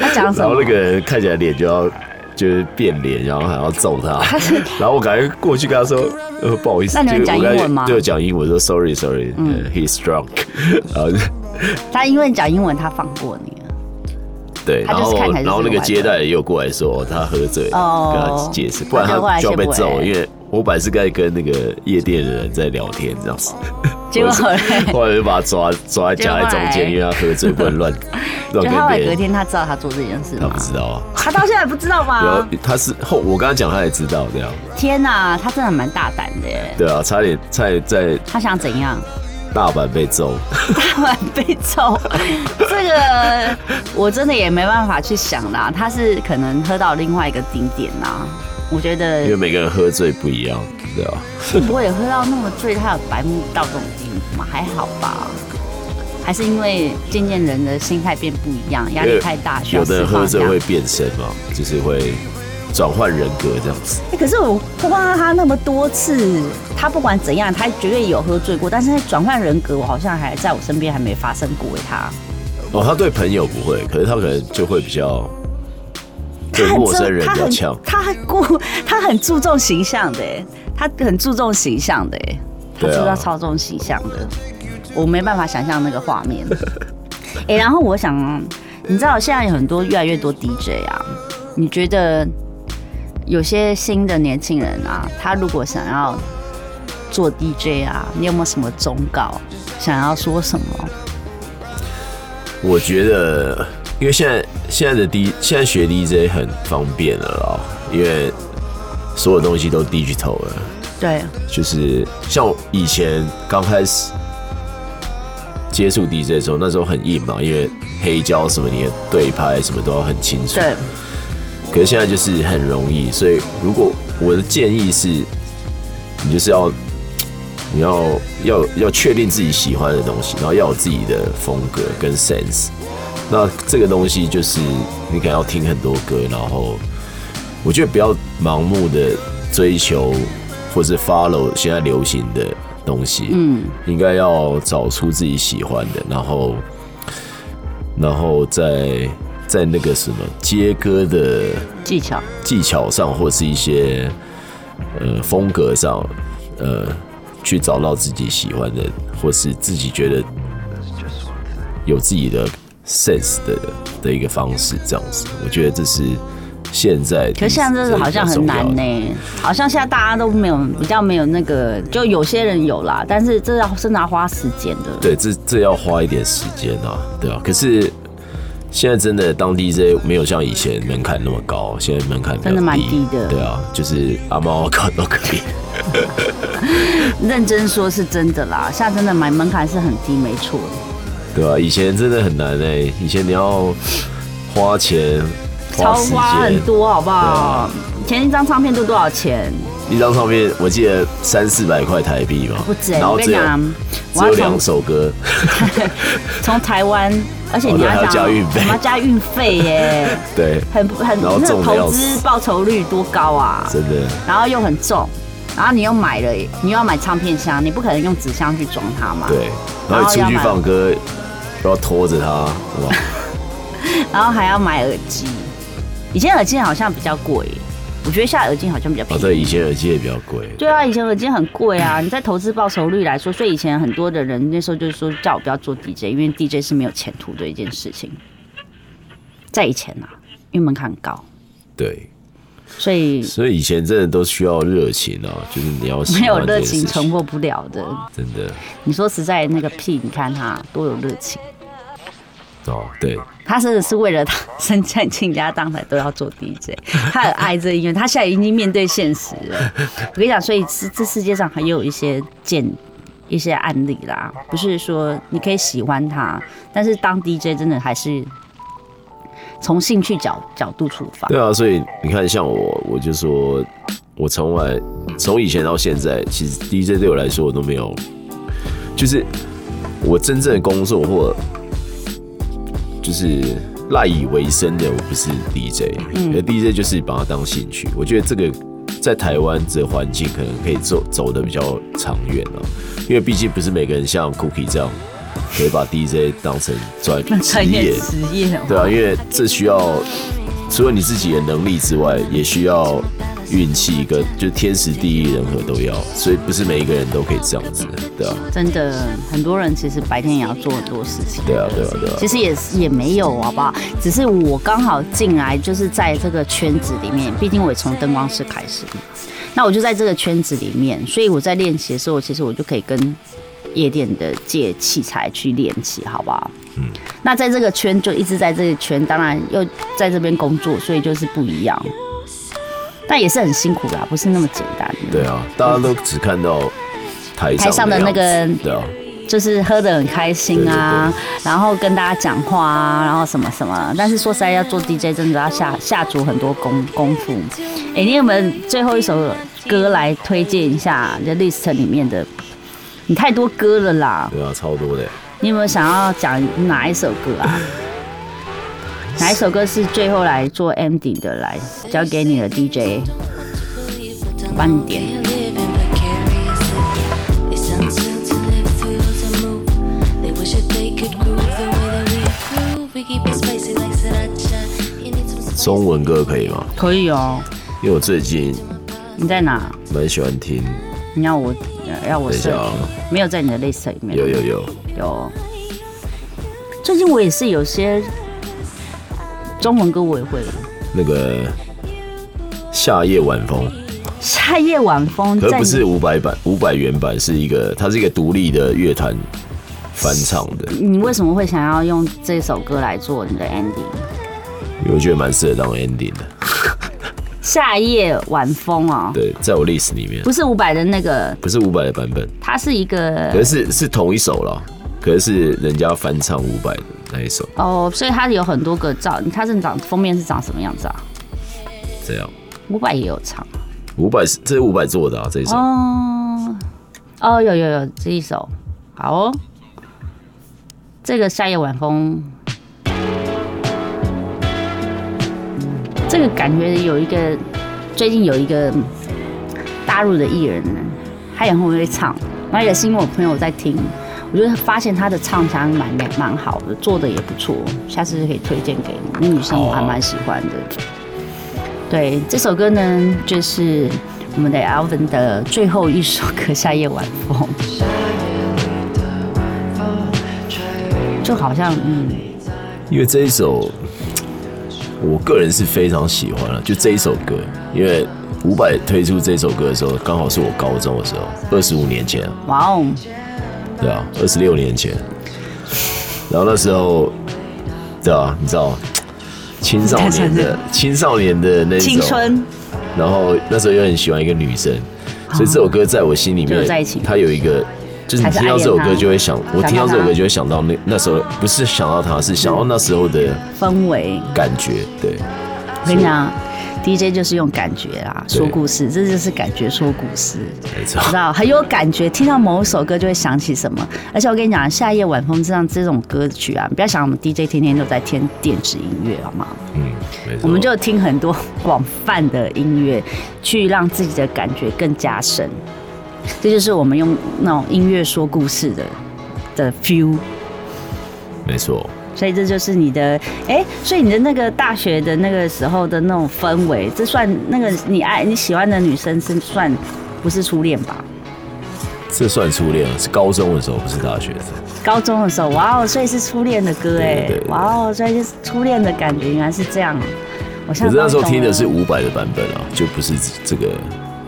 Speaker 2: 他讲什么？
Speaker 3: 然后那个人看起来脸就要就是变脸，然后还要揍他。然后我赶快过去跟他说：“呃，不好意思。”
Speaker 2: 那你们讲英文吗？嗯
Speaker 3: 就讲英文说：“Sorry, sorry, he's drunk。”然后
Speaker 2: 他因为讲英文，他放过你啊了。
Speaker 3: 对，然后
Speaker 2: 哦
Speaker 3: 然后那个接待也有过来说他喝醉，跟他解释，不然他就要被揍，因为。我本来是在跟那个夜店的人在聊天这样子，
Speaker 2: 结果后来
Speaker 3: [laughs] 后来就把他抓抓在夹在中间，因为他喝醉不能
Speaker 2: [laughs]
Speaker 3: 乱
Speaker 2: 就
Speaker 3: 乱
Speaker 2: 他后来
Speaker 3: 跟别
Speaker 2: 隔
Speaker 3: 人。
Speaker 2: 天他知道他做这件事
Speaker 3: 他
Speaker 2: 吗
Speaker 3: 不？知道啊，
Speaker 2: 他到现在还不知道
Speaker 3: 然后
Speaker 2: 吗？
Speaker 3: 他是后我跟他讲，他也知道这样。
Speaker 2: 天哪、他真的蛮大胆的耶！
Speaker 3: 对啊，差点差点在
Speaker 2: 他想怎样？ [laughs]
Speaker 3: 大阪被揍。
Speaker 2: 他晚被
Speaker 3: [laughs]
Speaker 2: 揍，这个我真的也没办法去想啦。他是可能喝到另外一个顶点啦。我觉得
Speaker 3: 因为每个人喝醉不一样，对啊吧、
Speaker 2: 不会喝到那么醉，他有白目到这种地步吗？还好吧。还是因为渐渐人的心态变不一样，压
Speaker 3: 因
Speaker 2: 力
Speaker 3: 为
Speaker 2: 太大，需要
Speaker 3: 有的
Speaker 2: 释
Speaker 3: 人
Speaker 2: 放
Speaker 3: 喝醉
Speaker 2: 压
Speaker 3: 会变身嘛，就是会转换人格这样子。
Speaker 2: 欸可是我夸他那么多次，他不管怎样，他绝对有喝醉过，但是他转换人格，我好像还在我身边还没发生过欸他。
Speaker 3: 哦，他对朋友不会，可是他可能就会比较对
Speaker 2: 他很
Speaker 3: 陌
Speaker 2: 注
Speaker 3: 生人
Speaker 2: 他
Speaker 3: 比较
Speaker 2: 很
Speaker 3: 强。
Speaker 2: 他很顾，他很注重形象的欸，他很注重形象的欸，他
Speaker 3: 对啊
Speaker 2: 知道操纵形象的，我没办法想象那个画面。哎、然后我想，你知道现在有很多越来越多 DJ 啊，你觉得有些新的年轻人啊，他如果想要做 DJ 啊，你有没有什么忠告？想要说什么？
Speaker 3: 我觉得，因为现在现在的 D 现在学 DJ 很方便了啦，因为所有东西都 digital 了。
Speaker 2: 对，
Speaker 3: 就是像我以前刚开始接触 DJ 的时候，那时候很硬嘛，因为黑胶什么你的对拍什么都要很清楚。
Speaker 2: 对，
Speaker 3: 可是现在就是很容易，所以如果我的建议是，你就是要你要要要确定自己喜欢的东西，然后要有自己的风格跟 sense。那这个东西就是你可能要听很多歌，然后我觉得不要盲目的追求或是 follow 现在流行的东西，嗯，应该要找出自己喜欢的，然后然后再在那个什么接歌的
Speaker 2: 技巧。
Speaker 3: 技巧上，或是一些呃风格上，呃，去找到自己喜欢的，或是自己觉得有自己的 sense 的的一个方式，这样子，我觉得这是现在。
Speaker 2: 可是现在这个好像很难呢、好像现在大家都没有比较没有那个，就有些人有啦，但是这要是要花时间的。
Speaker 3: 对，这这要花一点时间啊，对啊。可是现在真的当 DJ 没有像以前门槛那么高，现在门槛比较
Speaker 2: 真的蛮低的
Speaker 3: 对啊，就是阿猫阿狗都可以。
Speaker 2: 认真说是真的啦，现在真的买门槛是很低，没错。
Speaker 3: 对啊，以前真的很难哎、以前你要花钱、
Speaker 2: 超
Speaker 3: 花时
Speaker 2: 花
Speaker 3: 间
Speaker 2: 很，多，好不好
Speaker 3: 啊？
Speaker 2: 前一张唱片都多少钱？
Speaker 3: 一张唱片我记得三四百块台币嘛，
Speaker 2: 不止、欸
Speaker 3: 然
Speaker 2: 我
Speaker 3: 后
Speaker 2: 跟你
Speaker 3: 只有
Speaker 2: 讲，
Speaker 3: 只
Speaker 2: 我
Speaker 3: 有
Speaker 2: 要
Speaker 3: 两
Speaker 2: 从
Speaker 3: 首歌，
Speaker 2: [laughs] 从台湾，而且你
Speaker 3: 哦对还
Speaker 2: 要
Speaker 3: 要
Speaker 2: 想
Speaker 3: 加运费
Speaker 2: 我们要加运费耶，
Speaker 3: 对，
Speaker 2: 很很
Speaker 3: [laughs] 然后
Speaker 2: 那
Speaker 3: 重
Speaker 2: 个
Speaker 3: 的要
Speaker 2: 投资报酬率多高啊？
Speaker 3: 真的
Speaker 2: 然后又很重，然后你又买了，你又要买唱片箱，你不可能用纸箱去装它嘛。。
Speaker 3: 对。然后你出去放歌，又要拖着它，哇，
Speaker 2: 然后还要买耳机，以前耳机好像比较贵，我觉得现在耳机好像比较便
Speaker 3: 哦
Speaker 2: 宜。
Speaker 3: 对，以前耳机也比较贵，
Speaker 2: 对啊，以前耳机很贵啊，你在投资报酬率来说，所以以前很多的人那时候就是说叫我不要做 DJ，因为 DJ 是没有前途的一件事情，在以前啊，因为门槛很高，
Speaker 3: 对。
Speaker 2: 所以
Speaker 3: 所以以前真的都需要热情啊，就是你要喜欢
Speaker 2: 没有
Speaker 3: 啊这
Speaker 2: 热
Speaker 3: 件事
Speaker 2: 情
Speaker 3: 情
Speaker 2: 存活不了的。
Speaker 3: 真的
Speaker 2: 你说实在那个屁，你看他多有热情。
Speaker 3: 哦，对，
Speaker 2: 他真的是为了他身在倾家荡产都要做
Speaker 3: [laughs]
Speaker 2: DJ，他很爱这音乐，他现在已经面对现实了。我跟你讲，所以这这世界上还有一些见一些案例啦，不是说你可以喜欢他，但是当 DJ 真的还是从兴趣角角度出发。
Speaker 3: 对啊，所以你看，像我，我就说，我从来从以前到现在，其实 DJ 对我来说，我都没有，就是我真正的工作或就是赖以为生的，我不是 DJ，而 DJ 就是把它当兴趣。我觉得这个在台湾这环境可能可以走走的比较长远了、因为毕竟不是每个人像 Cookie 这样可以把 DJ 当成专职
Speaker 2: [laughs] 专业
Speaker 3: 业。
Speaker 2: 职业哦
Speaker 3: 对啊，因为这需要除了你自己的能力之外，也需要运气跟就天时地利人和都要，所以不是每一个人都可以这样子，对啊，
Speaker 2: 真的很多人其实白天也要做很多事情。
Speaker 3: 对啊，对啊，对啊，
Speaker 2: 其实也是也没有，好不好？只是我刚好进来就是在这个圈子里面，毕竟我也从灯光师开始。那我就在这个圈子里面，所以我在练习的时候，其实我就可以跟夜店的借器材去练习，好不好？嗯。那在这个圈就一直在这个圈，当然又在这边工作，所以就是不一样。但也是很辛苦啦，不是那么简单的。
Speaker 3: 对啊，大家都只看到台
Speaker 2: 台上的那个
Speaker 3: 样子对啊，
Speaker 2: 就是喝得很开心啊，然后跟大家讲话啊，然后什么什么。但是说实在，要做 DJ 真的要下下足很多功功夫。哎、你有没有最后一首歌来推荐一下？你的 list 里面的，你太多歌了啦。
Speaker 3: 对啊，超多的。
Speaker 2: 你有没有想要讲哪一首歌
Speaker 3: [laughs]
Speaker 2: 啊？哪一首歌是最后来做 ending 的来交给你的 DJ？帮你点。
Speaker 3: 中文歌可以吗？
Speaker 2: 可以哦，
Speaker 3: 因为我最近
Speaker 2: 你在哪？
Speaker 3: 蛮喜欢听，
Speaker 2: 你要我要我
Speaker 3: 等一
Speaker 2: 设
Speaker 3: 下啊，
Speaker 2: 没有在你的 list 里面。
Speaker 3: 有有有，
Speaker 2: 有。最近我也是有些中文歌我也会了，
Speaker 3: 那个夏夜晚风，
Speaker 2: 《夏夜晚风》
Speaker 3: 可是
Speaker 2: 在
Speaker 3: 不
Speaker 2: 你
Speaker 3: 是五百版五百元版，是一个它是一个独立的乐坛翻唱的，
Speaker 2: 你为什么会想要用这首歌来做你的 ending？
Speaker 3: 因为我觉得蛮适合当 ending 的。
Speaker 2: 夏夜晚风哦，
Speaker 3: 对，在我 list 里面
Speaker 2: 不是伍佰的那个，
Speaker 3: 不是五百的版本，
Speaker 2: 它是一个
Speaker 3: 可是是是同一首啦，可是是人家翻唱五百的那一首，
Speaker 2: 哦，所以它有很多个照，它是长封面是长什么样子啊？
Speaker 3: 这样
Speaker 2: 伍佰也有唱
Speaker 3: 五百是这是五百做的啊，这一首。
Speaker 2: 哦，哦，有有有这一首，好哦，这个夏夜晚风，这个感觉有一个最近有一个大陆的艺人，他也很会唱，然后也是因为我朋友在听，我就发现他的唱腔蛮蛮好的，做的也不错，下次可以推荐给你，女生我还蛮喜欢的。对，这首歌呢，就是我们的 Alvin 的最后一首歌《夏夜晚风》，就好像嗯，
Speaker 3: 因为这一首，我个人是非常喜欢了、啊就这一首歌，因为伍佰推出这首歌的时候，刚好是我高中的时候，二十五年前啊，
Speaker 2: 哇哦，
Speaker 3: 对啊，二十六年前。然后那时候，对啊，你知道，青少年的青少年的那一种
Speaker 2: 青春，
Speaker 3: 然后那时候又很喜欢一个女生，所以这首歌在我心里
Speaker 2: 哦就
Speaker 3: 面，
Speaker 2: 有在一起
Speaker 3: 它有一个，就是你
Speaker 2: 还是
Speaker 3: 听到这首
Speaker 2: 暗恋
Speaker 3: 歌
Speaker 2: 她
Speaker 3: 就会想，我
Speaker 2: 想到
Speaker 3: 听到这首
Speaker 2: 她
Speaker 3: 歌就会想到那那时候，不是想到她，是想到那时候的
Speaker 2: 氛围。
Speaker 3: 感觉，对。
Speaker 2: 我跟你讲，DJ 就是用感觉啦，
Speaker 3: 对
Speaker 2: 说故事，这就是感觉说故事。
Speaker 3: 没错
Speaker 2: 你知道很有感觉，听到某首歌就会想起什么。而且我跟你讲，《夏夜晚风》这样这种歌曲啊，你不要想我们 DJ 天天都在听电子音乐，好吗？
Speaker 3: 嗯，没错。
Speaker 2: 我们就听很多广泛的音乐，去让自己的感觉更加深。这就是我们用那种音乐说故事的的 feel。
Speaker 3: 没错，
Speaker 2: 所以这就是你的，哎、所以你的那个大学的那个时候的那种氛围，这算那个你爱你喜欢的女生是算不是初恋吧？
Speaker 3: 这算初恋了，是高中的时候，不是大学的时候。
Speaker 2: 高中的时候，哇哦，所以是初恋的歌哎
Speaker 3: 对对对，
Speaker 2: 哇哦，所以就是初恋的感觉，原来是这样。我现
Speaker 3: 可
Speaker 2: 在
Speaker 3: 是那时候
Speaker 2: 终于懂
Speaker 3: 听的是
Speaker 2: 了，
Speaker 3: 伍佰的版本啊，就不是这个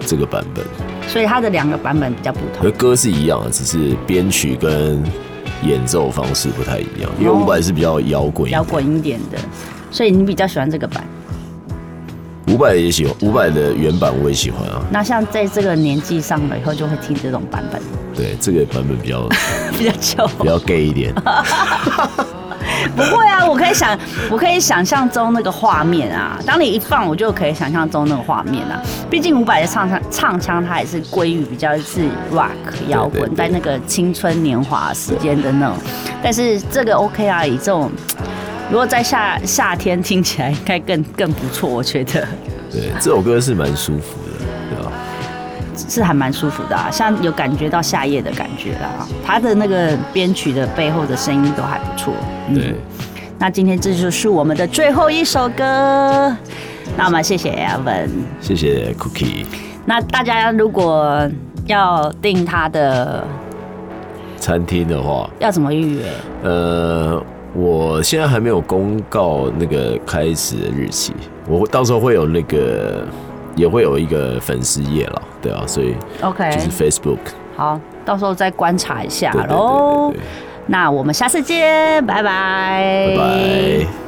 Speaker 3: 这个版本，
Speaker 2: 所以它的两个版本比较不
Speaker 3: 而
Speaker 2: 同。
Speaker 3: 歌是一样的，只是编曲跟演奏方式不太一样。因为伍佰是比较摇滚一点，
Speaker 2: 摇滚一点的，所以你比较喜欢这个版。
Speaker 3: 伍佰也喜欢，伍佰的原版我也喜欢啊。
Speaker 2: 那像在这个年纪上了以后，就会听这种版本，
Speaker 3: 对，这个版本比较 [laughs]
Speaker 2: 比较旧。
Speaker 3: 比较 gay 一点，
Speaker 2: 不会啊，我可以想，我可以想象中那个画面啊。当你一放，我就可以想象中那个画面啊。毕竟伍佰的唱腔，唱腔它也是归于比较是 rock 摇
Speaker 3: 对
Speaker 2: 滚，
Speaker 3: 对
Speaker 2: 在那个青春年华时间的那种。但是这个 OK 啊，以这种。如果在夏夏天听起来应该更更不错，我觉得
Speaker 3: 对，这首歌是蛮舒服的，对吧、
Speaker 2: 是还蛮舒服的啊，像有感觉到夏夜的感觉啦。它的那个编曲的背后的声音都还不错。嗯
Speaker 3: 对，
Speaker 2: 那今天这就是我们的最后一首歌。那我们谢谢 Evan。
Speaker 3: 谢谢 Cookie
Speaker 2: 那大家如果要订他的，
Speaker 3: 餐厅的话，
Speaker 2: 要怎么预约？
Speaker 3: 呃，我现在还没有公告那个开始的日期，我到时候会有那个也会有一个粉丝页了，对啊，所以
Speaker 2: OK，
Speaker 3: 就是 Facebook，
Speaker 2: 好，到时候再观察一下
Speaker 3: 对对对
Speaker 2: 喽
Speaker 3: 对。对
Speaker 2: 那我们下次见，拜拜，
Speaker 3: 对，拜拜。